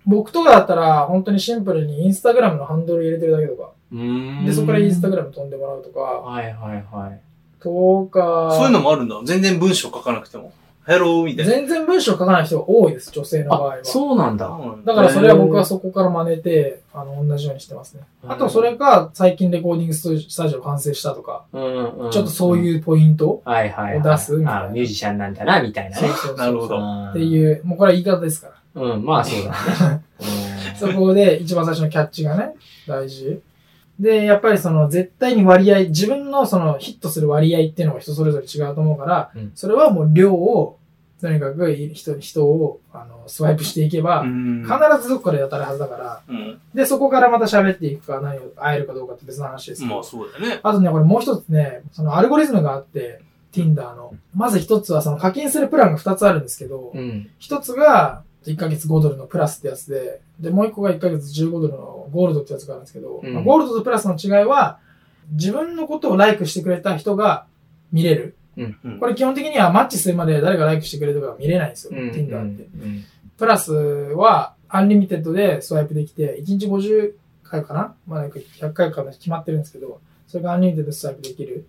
A: 僕とかだったら本当にシンプルにインスタグラムのハンドル入れてるだけとか。
C: うーん。
A: で、そこからインスタグ
C: ラ
A: ラム飛んでもらうとか、
C: はいはいはい。
A: とか、
D: そういうのもあるんだ。全然文章書かなくても。ハローみたいな。
A: 全然文章書かない人が多いです、女性の場合
C: あ
A: は、。
C: そうなんだ。
A: だからそれは僕はそこから真似て、あの、同じようにしてますね。あとそれか、最近レコーディングスタジオ完成したとか、
C: うん、うん。
A: ちょっとそう
C: う
A: いうポイント。
C: ん。はいはいはい。
A: を出すみたいな
C: あ、ミュージシャンなんだな、みたいな
A: そう
C: ね
A: そう。そう
D: なるほど
C: っ
A: っていう、もうこれは言い方ですから。 <laughs>
C: うん、まあそうだね。
A: そこで一番最初のキャッチがね、大事。で、やっぱりその絶対に割合、自分のそのヒットする割合っていうのが人それぞれ違うと思うから、
C: うん
A: それはもう量を、とにかく人人をあのスワイプしていけば、
D: ん
A: 必ずどこかで当たるはずだから、
D: うん。
A: で、そこからまた喋っていくか、何を会えるかどうかって別の話ですけど、
D: まあそうだよね。
A: あとね、これもう一つね、そのアルゴリズムがあって、Tinder の。まず一つはその課金するプランが二つあるんですけど、
C: うん。
A: 一つが1ヶ月5ドルのプラスってやつで、で、もう一個が1ヶ月15ドルのゴールドってやつがあるんですけど、
C: うん
A: まあゴールドとプラスの違いは、自分のことをライクしてくれた人が見れる。
D: うん
A: これ基本的にはマッチするまで誰がライクしてくれるかが見れないんですよ、
C: うん
A: Tinder って。
C: うん
A: プラスはアンリミテッドでスワイプできて、1日50回かなまあなんか100回かな決まってるんですけど、それがアンリミテッドでスワイプできる。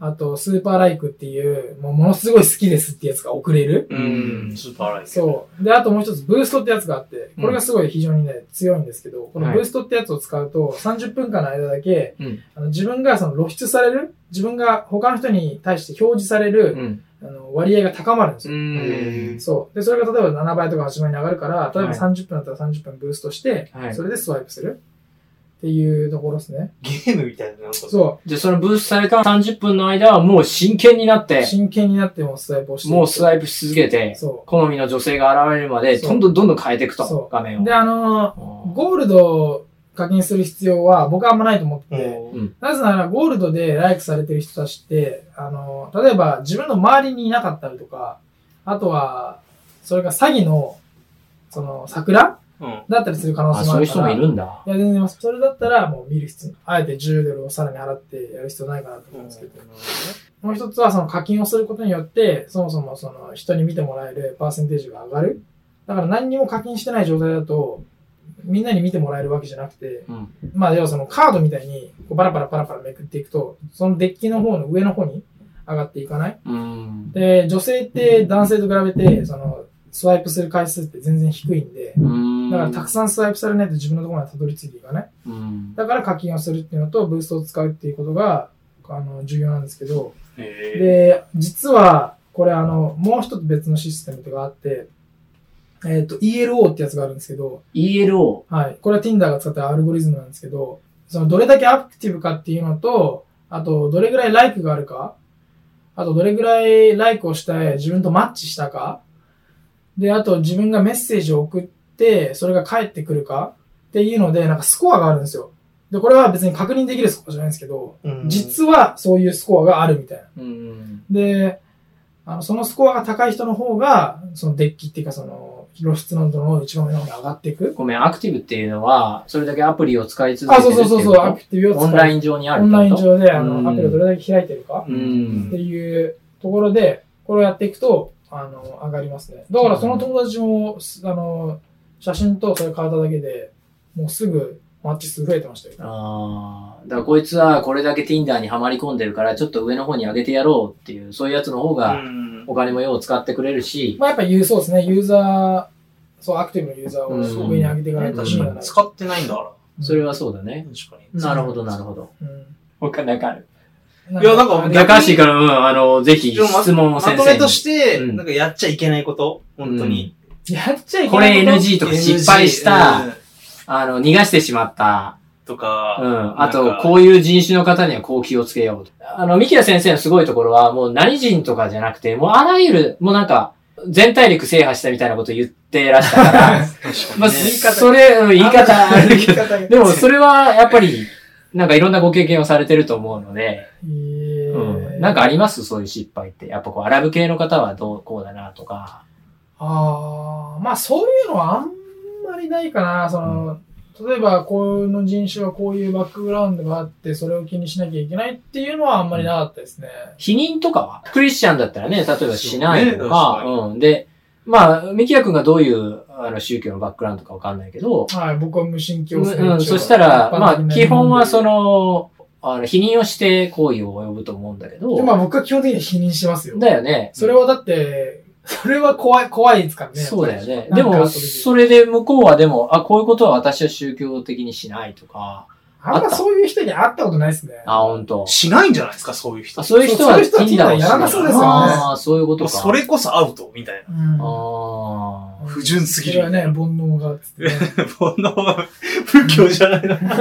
A: あと、スーパーライクっていう、もうものすごい好きですってやつが送れる。
D: うん。スーパーライう。
A: そう。で、あともう一つ、ブーストってやつがあって、これがすごい非常にね、強いんですけど、この
C: はい
A: ブーストってやつを使うと、30分間の間だけ、
C: うん
A: あの自分がその露出される、自分が他の人に対して表示される、
C: うん。
A: あの割合が高まるんですよ。
C: うん。
A: そう。で、それが例えば7倍とか8倍に上がるから、例えば
C: はい
A: 30分だったら30分ブーストして、
C: はい
A: それでスワイプするっていうところですね。
B: ゲームみたいな、なんか。
A: そ
C: で、そのブーストされた30分の間はもう真剣になっ
A: う。
C: て、
A: 真剣になってもスワイプをして
C: もうス
A: イ
C: ワイプし続けて、
A: そ
C: 好みの女性が現れるまで、
A: そう
C: どんどんどんどん変えていく
A: そ
C: と、画面
A: う。
C: を
A: で、。あのー、ゴールドを課金する必要は僕はあんまないと思ってて、
B: も
C: う
B: うん
A: なぜならゴールドでライクされてる人たちって、あのー、例えば自分の周りにいなかったりとか、あとは、それが詐欺の、その、桜
D: うん。
A: だったりする可能
C: あ、
A: 性も
C: そ
A: あ
C: ういう
A: るか
C: 人も
A: ら
C: い、るんだ。
A: いや、全然います。それだったら、もう見る必要、あえて10ドルをさらに払ってやる必要ないかなと思うんですけど、もう一つは、その課金をすることによって、そもそもその人に見てもらえるパーセンテージが上がる。だから何にも課金してない状態だと、みんなに見てもらえるわけじゃなくて、
C: うん
A: まあ、要はそのカードみたいに、こうバラバラバラバラめくっていくと、そのデッキの方の上の方に上がっていかない。
C: うん。
A: で、女性って男性と比べて、その、スワイプする回数って全然低いんで、
C: うん。
A: だからたくさんスワイプされないと自分のところまでたどり着いていかない。
C: うん。
A: だから課金をするっていうのと、ブーストを使うっていうことが、あの、重要なんですけど、
D: え
A: で、実は、これあの、もう一つ別のシステムとかあって、えっ、と、ELO ってやつがあるんですけど、
C: ELO。
A: はい。これは Tinder が使ったアルゴリズムなんですけど、その、どれだけアクティブかっていうのと、あと、どれぐらいライクがあるか、あと、どれぐらいライクをして、自分とマッチしたか、で、あと、自分がメッセージを送って、それが返ってくるかっていうので、なんかスコアがあるんですよ。で、これは別に確認できるスコアじゃないんですけど、
B: うん
A: 実はそういうスコアがあるみたいな。
C: うん。
A: で、あの、そのスコアが高い人の方が、そのデッキっていうか、その、露出の度の一番上の方に上がっていく。
C: ごめん、アクティブっていうのは、それだけアプリを使い続け
A: あ、そ
C: てる
A: う
C: って
A: そ
C: いうう
A: そうそう、ア
C: こ
A: クティブ
C: と。
A: を
C: オ
A: 使
C: ン
A: う
C: ライン上にある
A: オ
C: っ
A: ン
C: て
A: ライン
C: こと。
A: 上で、あ
C: うん
A: の、アプリをどれだけ開いてるか
C: う
A: っ
C: ん
A: て。いうところで、これをやっていくと、あの、上がりますね。だからその友達も、すあの、写真とそれ変わっただけで、もうすぐマッチ数増えてましたよ。
C: ああ。だからこいつはこれだけ Tinder にはまり込んでるから、ちょっと上の方に上げてやろうっていう、そういうやつの方
D: う
C: が、
D: ん。
C: お金もよう使ってくれるし、
A: まあやっぱ言うそうですね、ユーザー、そう、アクティブのユーザー
C: うん
A: を上に上げていかないと
D: 確
A: 意味
D: か
A: がな
D: に。
A: い。
D: 使ってないんだから。
C: それはそうだね。
D: 確かに。
A: うん
C: なるほど、なるほど。
A: うん
C: わかんないかる。
D: いやなんか
A: あれ
C: 高橋から、うん、あの、ぜひ質問を
B: ま
C: 先
B: と
C: 生
B: め
C: に
B: と。して、
C: うん
B: なんかやっちゃいけないこと、本当に。
A: やっちゃいけ
C: こ
A: ない
C: れ
A: こと
C: NG とか失敗した、
D: うん。
C: あの、逃がしてしまった。
D: と
C: う
D: か、
C: ん。
D: な
C: あ
D: ん
C: と、
D: か
C: こういう人種の方にはこう気をつけようと。あの、ミキラ先生のすごいところは、もう何人とかじゃなくて、もうあらゆる、もうなんか、全体力制覇したみたいなこと言ってらした <laughs> から、
D: 確かに
C: まあ、
D: ね
C: それ、うん言い方ある
A: <laughs>
C: けど、
A: ど
C: でもそれはやっぱり、なんかいろんなご経験をされてると思うので、うん。なんかありますそういう失敗って。やっぱこう、アラブ系の方はどう、こうだなとか。
A: ああ、まあそういうのはあんまりないかな。その、例えば、この人種はこういうバックグラウンドがあって、それを気にしなきゃいけないっていうのはあんまりなかったですね。
C: 否認とかはクリスチャンだったらね、例えばしないとか、
D: そうね
C: うん。で、まあ、ミキヤ君がどういうあの宗教のバックグラウンドかわかんないけど、
A: はい、僕は無神
C: う
A: 教制
C: ん、うんそしたら、
A: 一般
C: ま
A: 的
C: あ、
A: な
C: 基本はその、あの、否認をして行為を及ぶと思うんだけど、
A: でまあ僕は基本的に否認しますよ。
C: だよね。
A: それはだって、それは怖い、怖いですからね。
C: そうだよね。
A: な
C: で
A: んかあ
C: も、
A: った時
C: それで向こうはでも、あ、こういうことは私は宗教的にしないとか、
A: あん
C: あっ
A: ま
C: た
A: そういう人に会ったことないですね。
C: あ、本当。
D: しないんじゃないですか、そういう人。
C: あそういう人は
A: そうそういう人は
C: Tinder をし
A: やらなそうですよね
C: ああ、そういうことか。
D: それこそアウト、みたい
A: うん
C: ああ。
D: な。不純すぎ
A: それは
D: る。
A: ね、煩悩が、つ
D: <laughs>
A: ってね。
D: 煩悩は仏教じゃないな。
A: 煩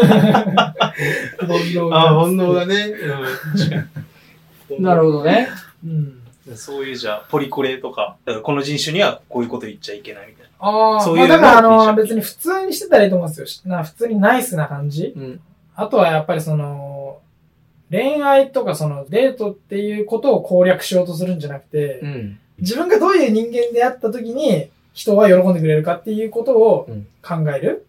A: 悩が。
D: あ、煩悩がね。うん
C: なるほどね。
A: うん。
D: そういうじゃあ、ポリコレとか、だからこの人種にはこういうこと言っちゃいけないみたいな。
A: ああ、
D: そう
A: ま
D: い
A: あ
D: うの
A: だか
D: も
A: らあ
D: いいじ
A: の、
D: ゃん
A: 別に普通にしてたらいいと思うんですよ。な普通にナイスな感じ。
C: うん。
A: あとはやっぱりその、恋愛とかそのデートっていうことを攻略しようとするんじゃなくて、
C: うん。
A: 自分がどういう人間であった時に人は喜んでくれるかっていうことを
C: うん
A: 考える。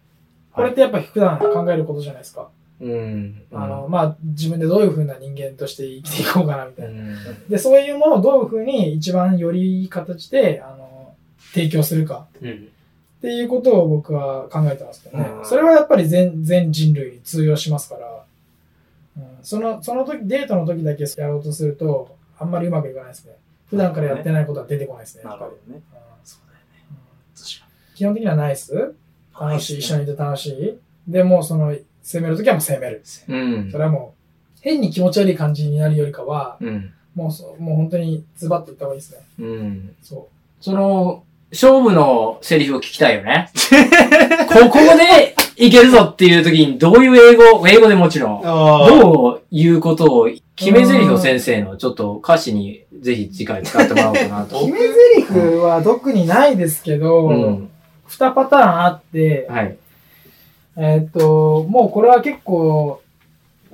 A: これってやっぱ普段考えることじゃないですか。
C: うん。
A: あの、まあ、自分でどういう風な人間として生きていこうかなみた
C: う
A: いな。
C: ん、
A: で、そういうものをどういう風に一番よりいい形で、あの、提供するか
C: うん。
A: っていうことを僕は考えてますけどね。
D: うん
A: それはやっぱり全全人類に通用しますから、うん、その、その時、デートの時だけやろうとすると、あんまりうまくいかないですね。普段からやってないことは出てこないですね。や
D: な
A: っ
D: る
A: ぱ
D: ほ
A: り
D: どね。
A: うん
D: そうだよね。
A: 基本的にはナイス。楽しい。一緒
D: に。
A: にいて楽しい。で、もうその、攻めるときはもう攻める。
C: うん
A: そ。れはもう、変に気持ち悪い感じになるよりかは、
C: うん。
A: もうそう、もう本当にズバッといった方がいいですね。
C: うん。
A: そ
C: その、勝負のセリフを聞きたいよ <laughs> ね。ここでいけるぞっていう時にどういう英語、英語でもちろん。
D: ああ。
C: どういうことを、決め台詞を先生のちょっと歌詞にぜひ次回使ってもらおうかな
A: う。 <laughs>
C: と。
A: 決め台詞は特にないですけど、
C: うん。
A: 2パターンあって、
C: はい。
A: えーっと、もうこれは結構、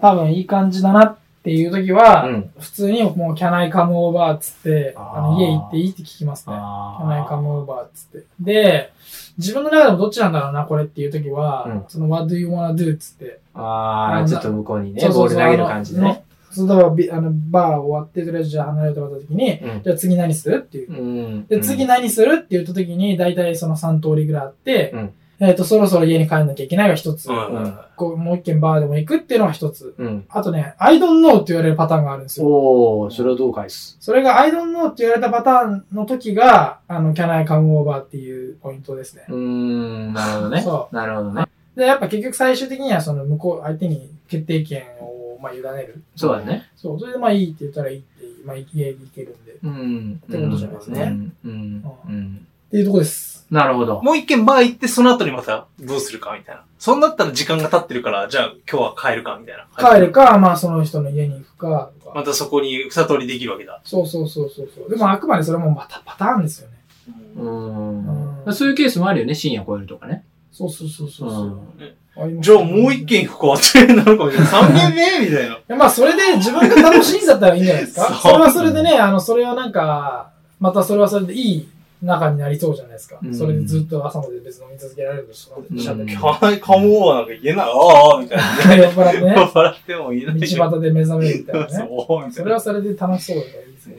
A: 多分いい感じだなっていう時は、
C: うん。
A: 普通にもう、キャナイカムオーバーっつって、あ
C: あ
A: の
C: ー
A: 家行っていいって聞きますね。キャナイカ
C: あ
A: ムオーバーっつって。で、自分の中でもどっちなんだろうな、これっていう時は、
C: うん
A: その、what do you wanna do? っつって。
C: あ。ああ、ちょっと向こうにね、
A: そうそ
C: ボー
A: う
C: ル
A: そう
C: 投げる感じでね。
A: そう、だからビあの、バー終わって、とりあえずじゃあ離れてもらった時に、
C: うん
A: じゃあ次何するっていう。
C: うん。
A: で、次
C: の。
A: 何するって言った時に、大体その3通りぐらいあって、
C: うん
A: えっ、と、そろそろ家に帰んなきゃいけないが一つ、
D: うん。
C: う
D: うんん。
A: こうもう一軒バーでも行くっていうのが一つ。
C: うん。
A: あとね、I don't know って言われるパターンがあるんですよ。
C: おー、それをどう返す
A: それが I don't know って言われたパターンの時が、あの、can I come over っていうポイントですね。
C: うーん、なるほどね
A: そ。
C: なるほどね。
A: で、やっぱ結局最終的にはその向こう、相手に決定権を、まあ、委ねる。
C: そうだね。
A: そう。それでまあいいって言ったらいいって、まあ、いけいけるんで。っ
C: うん。
A: てことじゃないですね
C: うん。うん。うん。
A: ていうとこです。
C: なるほど。
D: もう一軒バー行って、その後にまたどうするかみたいな。そんなったら時間が経ってるから、じゃあ今日は帰るかみたいな。
A: 帰るか、まあその人の家に行くか、とか。
D: またそこに二通りできるわけだ。
A: そうそうそうそうそう。でもあくまでそれはもうまたパターンですよね。
C: うー
A: うん
C: ん。そういうケースもあるよね、深夜超えるとかね。
A: そうそうそうそうそう。
D: うん
A: あります
D: じゃあもう一軒ここはってなるかもしれない。三軒目みたいな。
A: まあ、それで自分が楽しいんだったらいいんじゃないですか。
D: そう
A: それはそれでね、あの、それはなんか、またそれはそれでいい仲になりそうじゃないですか。
C: うん
A: それでずっと朝まで別に飲み続けられるとし
C: うん
A: ゃべって。
D: 今日はカモはなんか言えない。ああ、みたいな。
A: 酔っ払ってね、
D: <laughs> 笑っても言えない
A: 道端で目覚めるみたいなね。
D: <laughs> そう、みた
A: そ
D: い
A: れ
D: な。
A: はそれで楽しそうだからいいですね。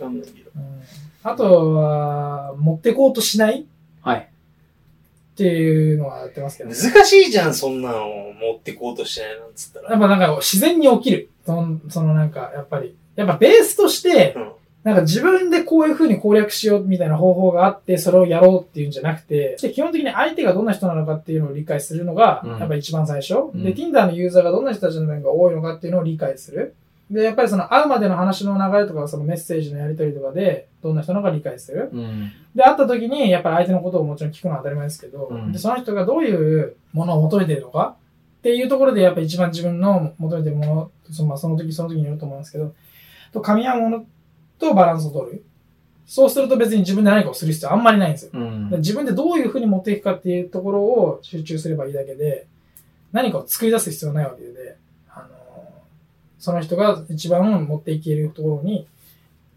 D: うん
A: うんあとは、持ってこうとしないっ
C: はい。
A: ていうのはやってますけどね。
B: 難しいじゃん、そんなの。持ってこうとしてないなんつったら。
A: やっぱなんか自然に起きる。その、そのなんか、やっぱり。やっぱベースとして
B: うん、
A: なんか自分でこういう風に攻略しようみたいな方法があって、それをやろうっていうんじゃなくて、で基本的に相手がどんな人なのかっていうのを理解するのが
C: うん、
A: やっぱ一番最初。
C: うん
A: で、Tinder のユーザーがどんな人たちの面が多いのかっていうのを理解する。で、やっぱりその会うまでの話の流れとか、そのメッセージのやり取りとかで、どんな人なのか理解する。
C: うん。
A: で、会った時に、やっぱり相手のことをもちろん聞くのは当たり前ですけど、
C: うん
A: でその人がどういうものを求めているのかっていうところで、やっぱり一番自分の求めているもの、そのまあ、その時その時によると思うんですけど、と噛み合うものとバランスを取る。そうすると別に自分で何かをする必要はあんまりないんですよ。
C: うん
A: で。自分でどういうふうに持っていくかっていうところを集中すればいいだけで、何かを作り出す必要はないわけで、あのその人が一番持っていけるところに、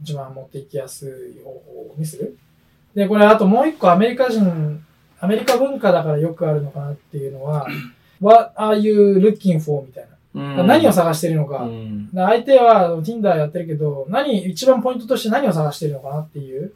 A: 一番持っていきやすい方法にする。で、これあともう一個アメリカ人、アメリカ文化だからよくあるのかなっていうのは、What <clears throat> are you looking for? みたいな。何を
C: さ、
A: 探してるのか。
C: うん
A: で相手はあの Tinder やってるけど、何、一番ポイントとして何を探してるのかなっていう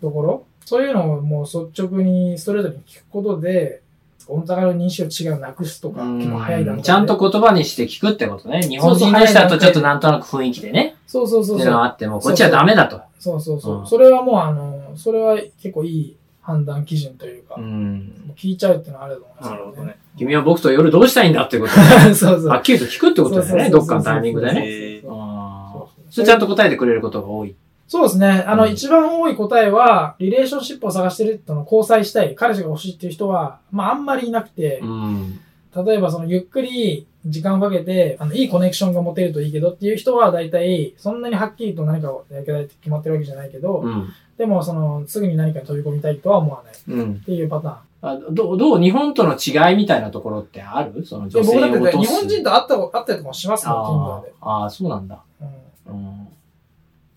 A: ところ、そういうのをもう率直にストレートに聞くことで、お互いの認識を違うなくすとか、結構早い段階で
C: ちゃんと言葉にして聞くってことね。日本人の人だとちょっとなんとなく雰囲気でね。
A: そうそう
C: っ
A: そ
C: て
A: う
C: いう
A: そ
C: のが
A: う。
C: あっても、こっちはダメだと。
A: そうそうそう。
C: うん
A: それはもうあの、それは結構いい判断基準というか、
C: う
A: も
C: ん。
A: う聞いちゃうっていうのはあると思いますけ
D: なるほどね。
C: 君は僕と夜どうしたいんだっていうこと
A: ね。 <laughs> そうそう。
C: はっきりと聞くってことだよね、
A: そう
C: ど
A: そうそうそう
C: っかのタイミングで
A: そう
C: ね。
A: そうそう
C: あ
A: そう
C: あ。それちゃんと答えてくれることが多い。
A: そうですね。あの、
C: うん
A: 一番多い答えは、リレーションシップを探してる人の交際したい、彼氏が欲しいっていう人は、まあ、あんまりいなくて、
C: ん。
A: 例えばその、ゆっくり時間をかけて、あの、いいコネクションが持てるといいけどっていう人は、大体、そんなにはっきりと何かをやりたいって決まってるわけじゃないけど、
C: うん。
A: でも、その、すぐに何かに飛び込みたいとは思わないっ
C: うん。
A: ていうパターン。
C: あどう、どう、日本との違いみたいなところってあるその
A: いや
C: 女性
A: 僕
C: を
A: だって
C: 落と
A: 日
C: す。
A: 本人と会ったこ会ったりとかもします
C: あ
A: もん、Tinder で。
C: あああ、そうなんだ。
A: うん
C: うん。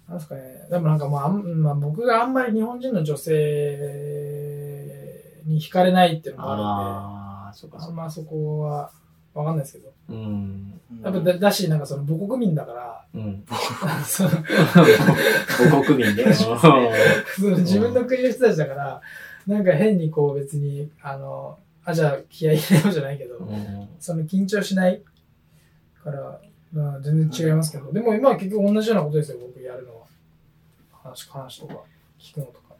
A: なんですかね。でもなんかまあ、あんまあ、僕があんまり日本人の女性に惹かれないっていうのもあ
C: ああ、そう
A: るんで、あ
C: かそうんか。
A: まそこはわかんないですけど。
C: うん。
A: やっぱだだし、なんかその母国民だか
C: うん。 <laughs>
A: ら、 <laughs> その
C: 母国民で。う
A: その自分の国の人たちだから、なんか変にこう別に、あの、あ、じゃあ気合い入れようじゃないけど、
C: ん
A: その緊張しないから、まあ、全然違いますけど、でも今は結局同じようなことですよ、僕やるのは。話、話とか、聞くのとか。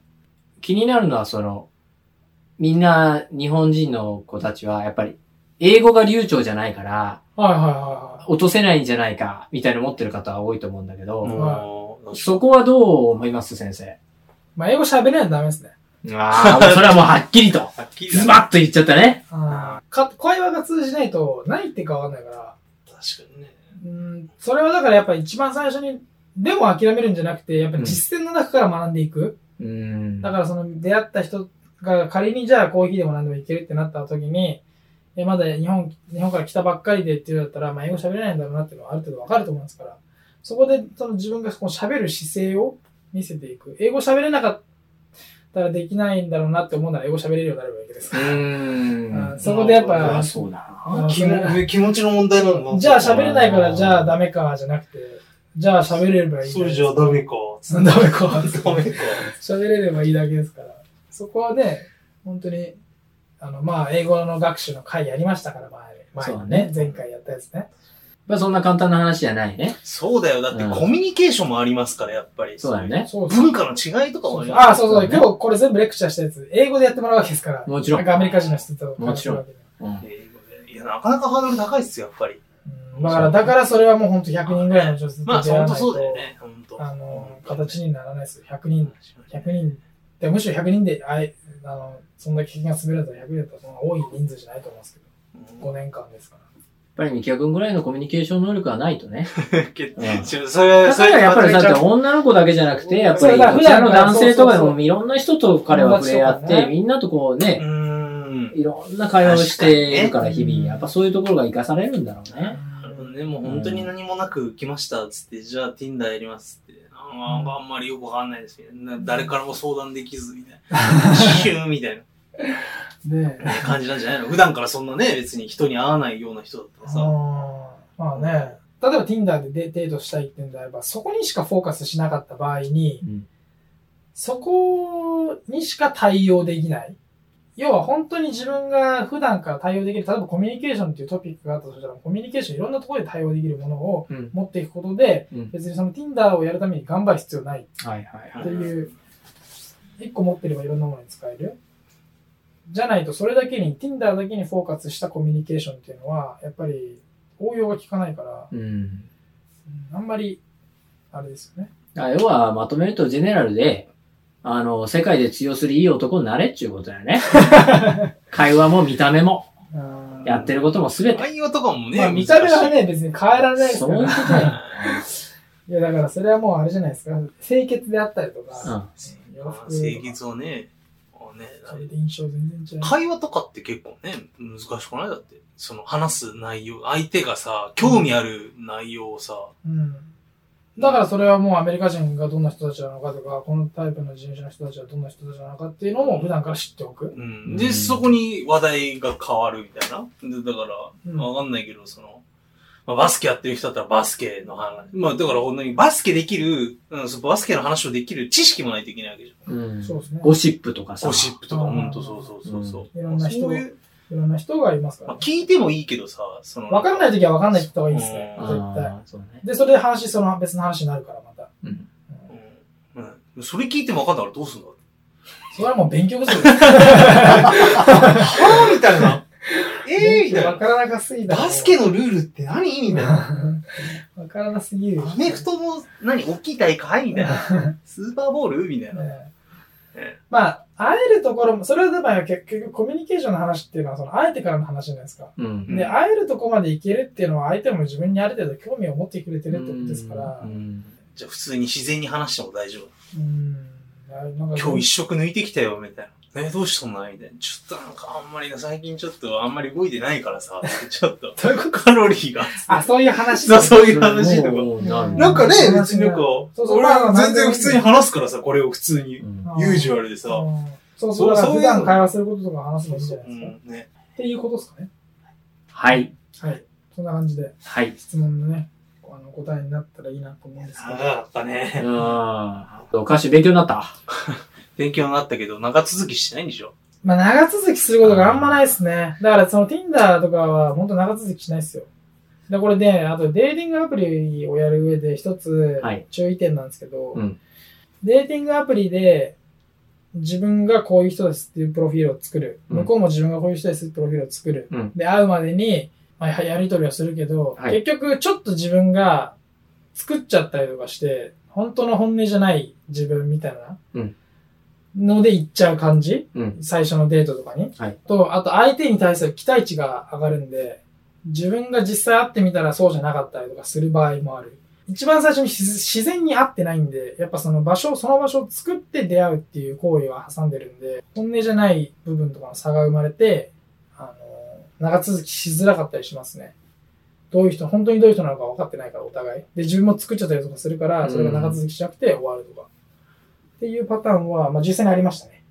C: 気になるのはその、みんな日本人の子たちはやっぱり英語が流暢じゃないから、
A: はいはいはいはい。
C: 落とせないんじゃないか、みたいな持ってる方は多いと思うんだけ
D: う
C: ど、
D: ん
C: そこはどう思います先生。
A: まあ、英語喋れないとダメですね。
C: あ <laughs> あ、それはもうはっきりと、
D: はっきりだ
C: ズバッと言っちゃったね。
A: あーか会話が通じないと、何言ってるかわかんないから、
D: 確かにね。
A: うん、それはだからやっぱ一番最初に、でも諦めるんじゃなくて、やっぱ実践の中から学んでいく。
C: うん
A: だからその出会った人が仮にじゃあコーヒーでも何でもいけるってなった時に、えまだ日本、日本から来たばっかりでっていうんだったら、まあ英語喋れないんだろうなっていうのはある程度わかると思いますから、そこでその自分がこう喋る姿勢を見せていく。英語喋れなかったらできないんだろうなって思うなら英語喋れるようになればいいです
C: う。ん
A: うん。そこでやっぱ、
C: あそうだ
A: あ
B: 気も気持ちの問題なのかな
A: じゃあ喋れないから、じゃあダメか、じゃなくて、じゃあ喋れればいい。
B: それじゃあダメか。
A: ダメ。ダメか。
B: ダメか。
A: 喋れればいいだけですから。そこはね、本当に、あの、まあ、英語の学習の会やりましたから、前、
C: そうだ
A: 前
C: ね
A: ね、前回やったやつね。
C: まあそんな簡単な話じゃないね。
D: そうだよ。だってコミュニケーションもありますから、やっぱり。
C: そうだよ。ね。
A: そうそう。
D: 文化の違いとかもあります。
A: ああ、そうそう。
C: そうだね
A: 今日これ全部レクチャーしたやつ、英語でやってもらうわけですから。
C: もちろん
A: なんかアメリカ人の人と。
C: もちろん
A: ん。
C: うん
D: 英語でいや、なかなかハードル高いっすよ、やっぱり。
A: だから、だからそれはもう本当100人ぐらいの女性と出
D: まあ、
A: 会
D: ほ
A: わ
D: ん
A: な
D: と
A: い
D: そうだよ
A: と、
D: ね。ほんと。
A: あの、形にならないですよ。100人100人でむしろ100人であいあのそんだけ経験が滑るんだったら100人だったらそんな多い人数じゃないと思うんですけ
D: <laughs>
A: ど5年間ですから
C: やっぱりミキヤ君ぐらいのコミュニケーション能力がないとね。
D: うんちょそれ
C: だ
D: そ
C: か
D: れ
C: らやっぱり
D: ま
C: だっ
D: と
C: て
D: めちゃう
C: 女の子だけじゃなくて、やっぱ
A: そ
C: り
A: うだ
C: こちらの
A: 普段から
C: 男性とかで
A: そうそう
C: もいろんな人と彼は触れ合っ
A: 友達とか
C: て、
A: ね
C: みんなとこう
D: う
C: ね、
D: ーん。
C: いろんな会話をしているから
A: 確か
C: 日
A: にね
C: 々、やっぱそういうところが活かされるんだろうね。
D: でもう本当に何もなく来ましたっつって、じゃあ Tinder やりますって。あんあんまりよくわかんないですね。な誰からも相談できずみたい
A: <laughs>
D: な。シューみたい
A: ねえ
D: な感じなんじゃないの普段からそんなね、別に人に会わないような人だったら
A: あ
D: さ。
A: のまあね例えば Tinder でデデートしたいっていうんであればそこにしかフォーカスしなかった場合に、
C: うん
A: そこにしか対応できない要は本当に自分が普段から対応できる例えばコミュニケーションっていうトピックがあったとしたらコミュニケーションいろんなところで対応できるものを
C: うん
A: 持っていくことで、
C: うん
A: 別にその Tinder をやるために頑張る必要ない
C: はいはいは
A: っていう、一個持ってればいろんなものに使える。じゃないと、それだけに、Tinder だけにフォーカスしたコミュニケーションっていうのは、やっぱり応用が効かないから、
C: い。うん。
A: あんまり、あれですよね。
C: だから要はまとめるとジェネラルで、あの、世界で通用するいい男になれっちゅうこと
A: <laughs>
C: だよね。会話も見た目も、
A: うん
C: やってることもすべて。
D: 内容とかもね、
A: まあ、見た目は
D: 難しい。
A: ね、別に変えられないです
C: そ
A: か
C: ういう
A: ら。
C: ことだよ。
A: いや、だからそれはもうあれじゃないですか。清潔であったりと
C: う
A: か、
C: ん。
A: 洋服とか
D: 清潔をね、こうね、
A: それで印象全然違う。
D: 会話とかって結構ね、難しくないだって。その話す内容、相手がさ、興味ある内容をさ、
A: うん。だからそれはもうアメリカ人がどんな人たちなのかとか、このタイプの人種の人たちはどんな人たちなのかっていうのも普段から知っておく。
D: うん、
C: う
D: で、
C: ん
D: そこに話題が変わるみたいな。でだか
A: うん
D: ら、わかんないけど、その、まあ、バスケやってる人だったらバスケの話。まあ、だから本当にバスケできる、うん、そのバスケの話をできる知識もないといけないわけじゃん。
C: うん
A: そうですね。
C: ゴシップとかさ。
D: ゴシップとか、
A: あー
D: ほんとそうそうそうそう。
A: うんいろんな人
D: そういう、
A: いろんな人がいますか
D: ま
A: ら
D: あ、
A: ね。
D: 聞いてもいいけどさ、その、
A: わかんないときはわかんないって言った方がいいですね。
D: う
A: 絶対。
C: あーそうね。
A: で、それで話、その別の話になるから、また。
C: うん
A: うん
D: うん、うん。それ聞いてもわかんないからどうすんだ
A: それはもう勉強不足です。
B: はぁみたい
D: <laughs>
B: な。ええみたい
A: わ
B: な。
A: からなかすぎだ。
B: バスケのルールって何みたいな。
A: <laughs> わからなすぎる。
D: アメフトも、何大きい大会みたいな。スーパーボールみたいな。
A: ねまあ、会えるところも、それはでも結結局コミュニケーションの話っていうのは、その会えてからの話じゃないですか。
C: うん。
A: で、
D: うん
A: 会えるとこまで行けるっていうのは、相手も自分にある程度興味を持ってくれてるってことですから、
C: う
A: うん
C: ん
D: じゃあ普通に自然に話しても大丈夫。
A: なんか
D: 今日一食抜いてきたよ、みたいな。え、どうしたんだみたいな。ちょっとなんかあんまりな、最近ちょっとあんまり動いてないからさ、 <laughs> ちょっと。カロリーが。
A: あ、そういう話
D: そうそういう話とか。
C: もうなる
D: なんかね、
A: うん
D: 別になんか、
A: そうそう
D: 俺は全然普通に話すからさ、これを普通に
C: う。ん
A: うん
D: ユージュアルでさ。
A: うんそう
D: そ
A: そうう、だから
D: そういう
A: 普
D: の
A: 段会話することとか話すの
D: う
A: いいんじゃないですか。
D: んね。
A: っていうことですかね。
C: はい。
A: はい。そんな感じで、
C: はい。
A: 質問のね、あの答えになったらいいなと思うんですけ
B: 長
A: ど。
B: かった
C: う
B: ね。
C: ん。お菓子勉強になった。
D: 勉強になったけど、長続きしてないんでしょ
A: まあ、長続きすることがあんまないですね。だから、その Tinder とかは、本当長続きしないですよ。で、これね、あとデーティングアプリをやる上で一つ
C: はい
A: 注意点なんですけど、
C: うん
A: デーティングアプリで自分がこういう人ですっていうプロフィールを作る。
C: うん
A: 向こうも自分がこういう人ですってプロフィールを作る。
C: うん
A: で、会うまでに、まあ、やり取りをするけど、
C: はい
A: 結局ちょっと自分が作っちゃったりとかして、本当の本音じゃない自分みたいな。
C: うん
A: ので行っちゃう感じ
C: うん。
A: 最初のデートとかに。
C: はい
A: と、あと相手に対する期待値が上がるんで、自分が実際会ってみたらそうじゃなかったりとかする場合もある。一番最初に自自然に会ってないんで、やっぱその場所、その場所を作って出会うっていう行為は挟んでるんで、本音じゃない部分とかの差が生まれて、あの、長続きしづらかったりしますね。どういう人、本当にどういう人なのか分かってないから、お互い。で、自分も作っちゃったりとかするから、それが長続きしなくて終わるとか。っていうパターンは、まあ実際にありましたね。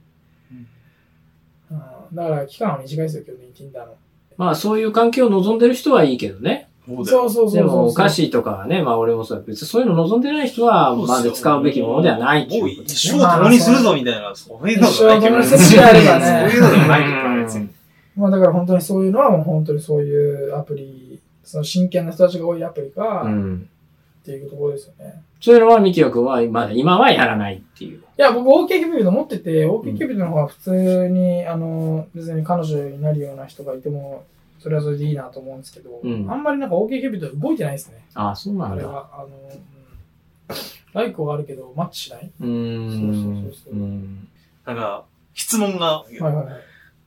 A: うんだから期間は短いですよ、基本的に Tinder の。
C: まあそういう関係を望んでる人はいいけどね。
D: そうだ
A: そ
D: よ。
A: うそうそうそう。
C: でもお菓子とかはね、まあ俺もそうだけど別にそういうの望んでない人は、まず使うべきものではないっていう
D: もう
C: ことです
D: 一生共にするぞみたいな、そういうのじゃないけど。
A: 一
D: そ
A: 生共にするやればね
D: ういうのじゃないけど、別に。
A: まあだから本当にそういうのはもう本当にそういうアプリ、その真剣な人たちが多いアプリか、
C: う
A: っ
C: ん。
A: ていうところですよね。
C: そういうのは、ミキヤ君は、まだ、今はやらないっていう。
A: いや、僕 OK キュービッド持ってて、OK キュービッドの方が普通に、あの、別に彼女になるような人がいても、それはそれでいいなと思うんですけど、
C: うん
A: あんまりなんか OK キュービッド動いてないですね。
C: ああ、そうな
A: あ
C: ん
A: れ
C: だ。
A: は、あの、うん、ライクはあるけど、マッチしない。
C: うーん。
A: そうそうそうそう
C: うん
D: なんか、質問が、
A: はいはいはい。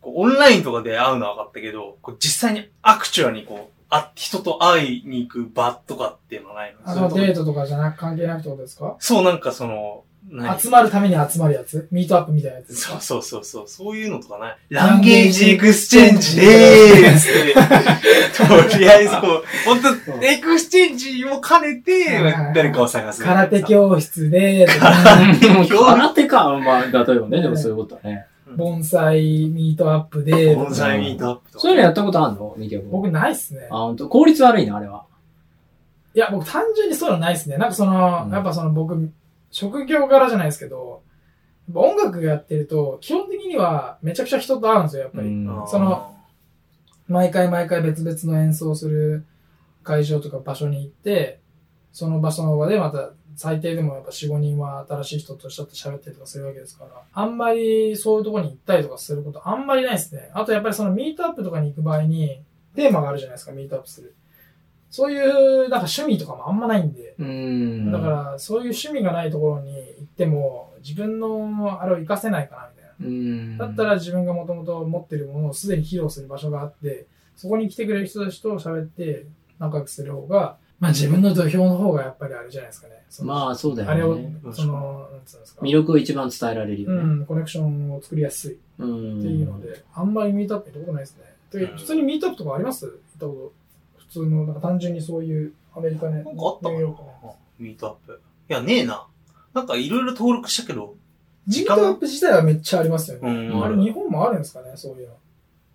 D: こうオンラインとかで会うのは分かったけど、こう実際にアクチュアにこう、あ人と会いに行く場とかっていうのはないの
A: あ
D: それ
A: の
D: とも
A: デートとかじゃなく関係なくってことですか
D: そう、なんかその、何
A: 集まるために集まるやつミートアップみたいなやつです
D: そ
A: か
D: うそうそうそう、そういうのとかない。ランゲージエクスチェンジでーすって。とりあえず <laughs> こう、ほんと、エクスチェンジも兼ねて
A: はいはいは、い
D: 誰かを探す。
A: 空手教室で、とか
C: 空手か。まあ、例えばね、でもそういうことだね。
A: <laughs> 盆栽ミートアップで、
D: オンラインミートアップとか。
C: そういうのやったことあるのミキヤ君。
A: 僕ないっすね
C: あ、。本当。効率悪いな、あれは。
A: いや、僕単純にそういうのないっすね。なんかその、
C: うん
A: やっぱその僕、職業柄じゃないですけど、やっぱ音楽やってると、基本的にはめちゃくちゃ人と会うんですよ、やっぱり。
C: うん
D: あー
A: その、毎回毎回別々の演奏する会場とか場所に行って、その場所の場でまた最低でもやっぱ4、5人は新しい人としちゃって喋ったりとかするわけですから、あんまりそういうとこに行ったりとかすることあんまりないですね。あとやっぱりそのミートアップとかに行く場合にテーマがあるじゃないですか、ミートアップする。そういうなんか趣味とかもあんまないんで、
C: うーん。
A: だか、らそういう趣味がないところに行っても自分のあれを活かせないかなみたいな。
C: うーん。
A: だった、ら自分がもともと持ってるものをすでに披露する場所があって、そこに来てくれる人たちと喋って仲良くする方が、まあ自分の土俵の方がやっぱりあれじゃないですかね。その
C: まあ、そうだ
A: あれ
C: よ
A: を
C: ね。、
A: その、なんつうんですか。
C: 魅力を一番伝えられるよ
A: う
C: ね。
A: ん、コネクションを作りやすいっ
C: うん。
A: ていうので、あんまりミートアップ行ったことないですね。で
D: うん
A: 普通にミートアップとかあります行ったこと。普通の、なんか単純にそういうアメリカね。
D: なんかあっ
A: ニュ
D: たか
A: ー
D: な
A: ヨークね
D: ミートアップ。いや、ねえな。なんかいろいろ登録したけど、
A: ミ
D: 時
A: ー
D: 間
A: トアップ自体はめっちゃありますよ
D: う
A: ね。
D: ん、
A: あ
D: あ
A: れ
D: る。
A: 日本もあるんですかね、そういうの。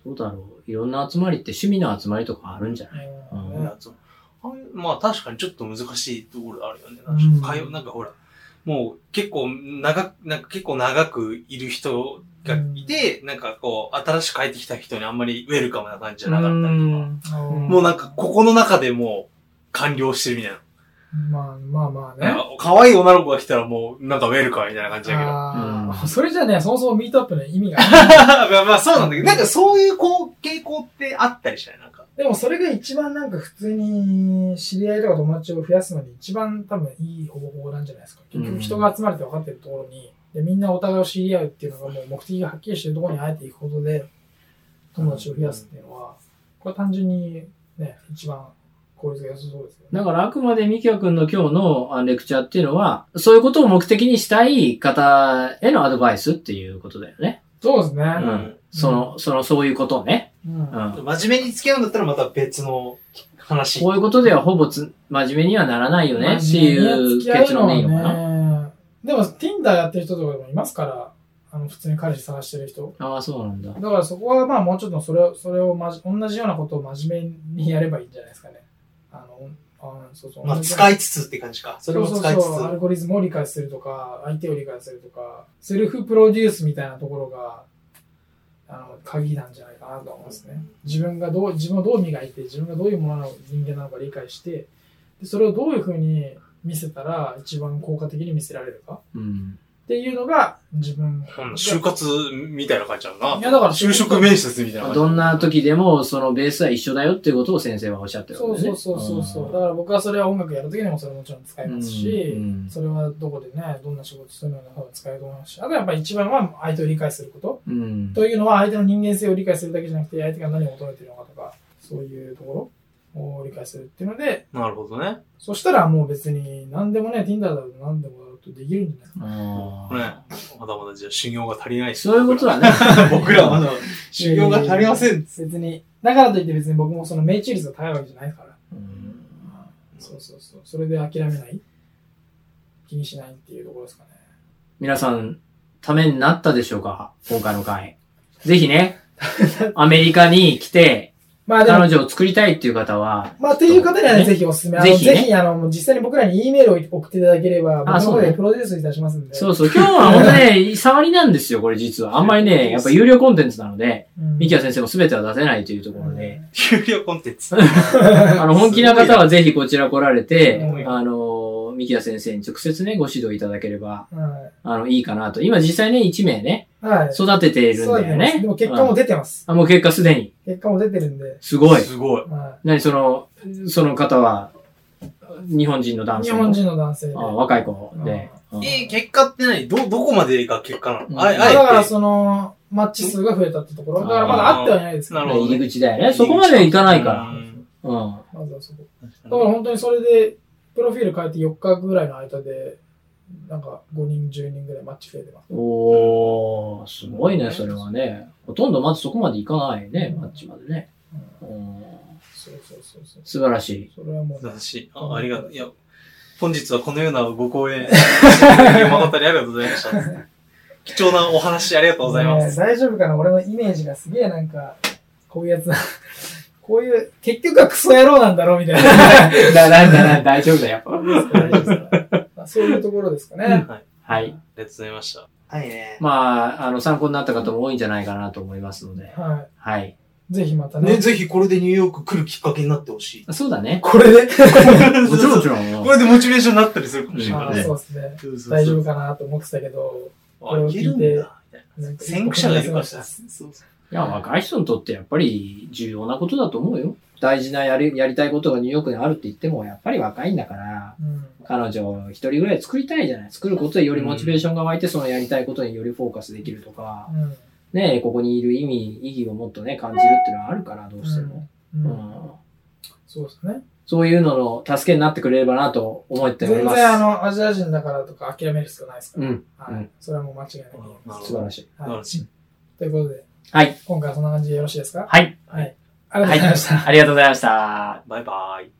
C: どうだろう。いろんな集まりって趣味の集まりとかあるんじゃない
A: うん
D: うんそうあれまあ確かにちょっと難しいところあるよね。
A: うん
D: 会話なんかほら、もう結構長く、なんか結構長くいる人がいて、なんかこう、新しく帰ってきた人にあんまりウェルカムな感じじゃなかったりとか、
A: うん
D: もうなんかここの中でもう完了してるみたいな。
A: まあまあまあ
D: なん
A: ね。
D: か可愛い女の子が来たらもうなんかウェルカムみたいな感じだけど、
A: あー
C: う
A: もうそれじゃね、そもそもミートアップの意味がない。
D: まあまあそうなんだけど、なんかそういうこう傾向ってあったりしないなんか。
A: でもそれが一番なんか普通に知り合いとか友達を増やすのに一番多分いい方法なんじゃないですか。結
C: うん
A: 局人が集まるって分かってるところに、でみんなお互いを知り合うっていうのがもう目的がはっきりしてるところにあえていくことで友達を増やすっていうのは、これは単純にね、一番効率が良さそうですよね。
C: だからあくまでミキヤ君の今日のあレクチャーっていうのは、そういうことを目的にしたい方へのアドバイスっていうことだよね。
A: そうですね。
C: う
D: うんん。
C: その、その、そういうことね。
A: うん
C: うん。
B: 真面目に付き合うんだったらまた別の話。
C: こういうことではほぼつ真面目にはならないよねっていう結論でいいのかな。
A: な。でも Tinder やってる人とかでもいますから、あの普通に彼氏探してる人。
C: ああ、そうなんだ。
A: だからそこはまあもうちょっとそれを、それをまじ、同じようなことを真面目にやればいいんじゃないですかね。あの、あそうそう。
B: まあ、
A: 同じ
B: 使いつつって感じか。それ
A: そう
B: も
A: そ
B: 使
A: う
B: いつつ。
A: そうアルゴリズムを理解するとか、相手を理解するとか、セルフプロデュースみたいなところが、あの、鍵なんじゃないかなと思いますね。自分がどう、自分をどう磨いて、自分がどういうものの人間なのか理解して、でそれをどういうふうに見せたら一番効果的に見せられるか
C: うん。
A: っていうのが自分。
D: 就活みたいな感じあるな。
A: いやだから
D: 就職面接みたいな感じ。
C: どんな時でもそのベースは一緒だよっていうことを先生はおっしゃってる
A: そ
C: わ
A: う
C: けだ
A: そ
C: よ
A: う
C: ね。
A: そうそうそう、
C: ん
A: だから僕はそれは音楽やるときにもそれもちろん使いますし、
C: うん
A: それはどこでね、どんな仕事するのか使えると思いますし、あとやっぱり一番は相手を理解すること。
C: うん。
A: というのは相手の人間性を理解するだけじゃなくて、相手が何を求めてるのかとか、そういうところを理解するっていうので、
D: なるほどね。
A: そしたらもう別に何でもね、Tinder だと何でもだとできるんじゃないですか。
C: あ
D: ね。
C: ー
D: まだまだじゃあ修行が足りないっす
C: そういうこ
D: <laughs>
C: とだね。
B: 僕らはまだ修行が足りません。
A: 別に、だからといって別に僕もその命中率が高いわけじゃないから。
C: うん
A: そうそうそう。それで諦めない気にしないっていうところですかね。
C: 皆さん、ためになったでしょうか今回の回。ぜひね、アメリカに来て、
A: まあでも
C: 彼女を作りたいっていう方は、
A: まあ、という方には
C: ね
A: ね、ぜひおすすめ。あの
C: ぜひね
A: ぜひ、あの、もう実際に僕らに E メールを送っていただければ、僕
C: あ
A: の
C: そう
A: 方
C: ね
A: でプロデュースいたしますんで。
C: そうそう、今日は本
A: <laughs>
C: 当ね、触りなんですよ、これ実は。あんまりね、やっぱ有料コンテンツなので、
A: うん。
C: ミキヤ先生も全ては出せないというところ
A: <laughs>
C: で、
D: 有料コンテンツ。
C: あの、本気な方はぜひこちら来られて
A: う、ん
C: あの、ミキヤ先生に直接ね、ご指導いただければ、
A: は
C: あの、いいかなと。今実際ね、1名ね、
A: い。はい。
C: 育てているんだよ
A: です
C: ね。
A: でも結果も出てます。
C: あ、もう結果すでに。
A: 結果も出てるんで。
C: すごい。
D: すごい。
A: は
C: 何その、その方は、日本人の
A: い
C: 男性
A: 日
C: の。
A: 本人の男性で。
C: あ若い子で。うん
D: えー、結果って何ど、どこまでが結果なの、
C: うん
D: ああえ
A: だ
D: て。
A: から、その、マッチ数が増えたってところ。だからまだ会ってはいないですけど、
D: なるほど
C: 入り口だよね。そこまでいかないか
D: う
C: ら。
D: ん
C: うん。
A: まずはそこ。だから本当にそれで、プロフィール変えて4日ぐらいの間で、なんか5人、10人ぐらいマッチ増えてます。
C: おー、すごいね、それはね。ほとんどまずそこまでいかないね、マッチまでね。
A: うん
C: うん
A: そうそうそうそう。
C: 素晴らしい。
A: それはもう、
D: 優しい。あありがとう。いや、本日はこのようなご講演、 <laughs> 誠にありがとうございました。貴重なお話ありがとうございます。
A: ねえ大丈夫かな俺のイメージがすげえなんか、こういうやつ <laughs> な。こういう、結局はクソ野郎なんだろうみたいな。
C: <laughs> だ、だ、だ、大丈夫だ、やっぱ。
A: まあそういうところですかね。
D: はい。ありがと
C: はい。
D: うございました。
B: はいね。
C: まあ、あの、参考になった方も多いんじゃないかなと思いますので。
A: は
C: はい。
A: い。ぜひまたね。
B: ね、ぜひこれでニューヨーク来るきっかけになってほし
D: <laughs>
B: い。
C: そうだね。
A: これで、
C: もちろん、もちろ
D: これでモチベーションになったりするかもしれ
A: ま
D: な
A: あ
D: いね。
A: そうですね。
D: そうそうそう
A: 大丈夫かなと思ってたけど、
D: あ、いけるんだ。みたい
A: なん
D: な
A: か
D: 先駆者がいるからさ。
C: いや、若い人にとってやっぱり重要なことだと思うよ。大事なやり、やりたいことがニューヨークにあるって言っても、やっぱり若いんだから、
A: うん。
C: 彼女を一人ぐらい作りたいじゃない。作ることでよりモチベーションが湧いて、そのやりたいことによりフォーカスできるとか、
A: うん。
C: ねえここにいる意味、意義をもっとね、感じるっていうのはあるから、どうしても。
A: うん
C: うん
A: そうですね。
C: そういうのの助けになってくれればなと思っており
A: 全
C: ます。
A: 然あの、アジア人だからとか諦める必要ないですか
C: うん、
A: ら。は
C: う
A: い。それはもう間違いないと思いま
D: うん
C: 素晴らしい。
A: す。
D: 素晴
A: は
D: らしい。
A: い。ということで、
C: はい。
A: 今回はそんな感じでよろしいですか
C: はい。
A: はい。ありがとうございました。
C: ありがとうございました。
D: バイバイ。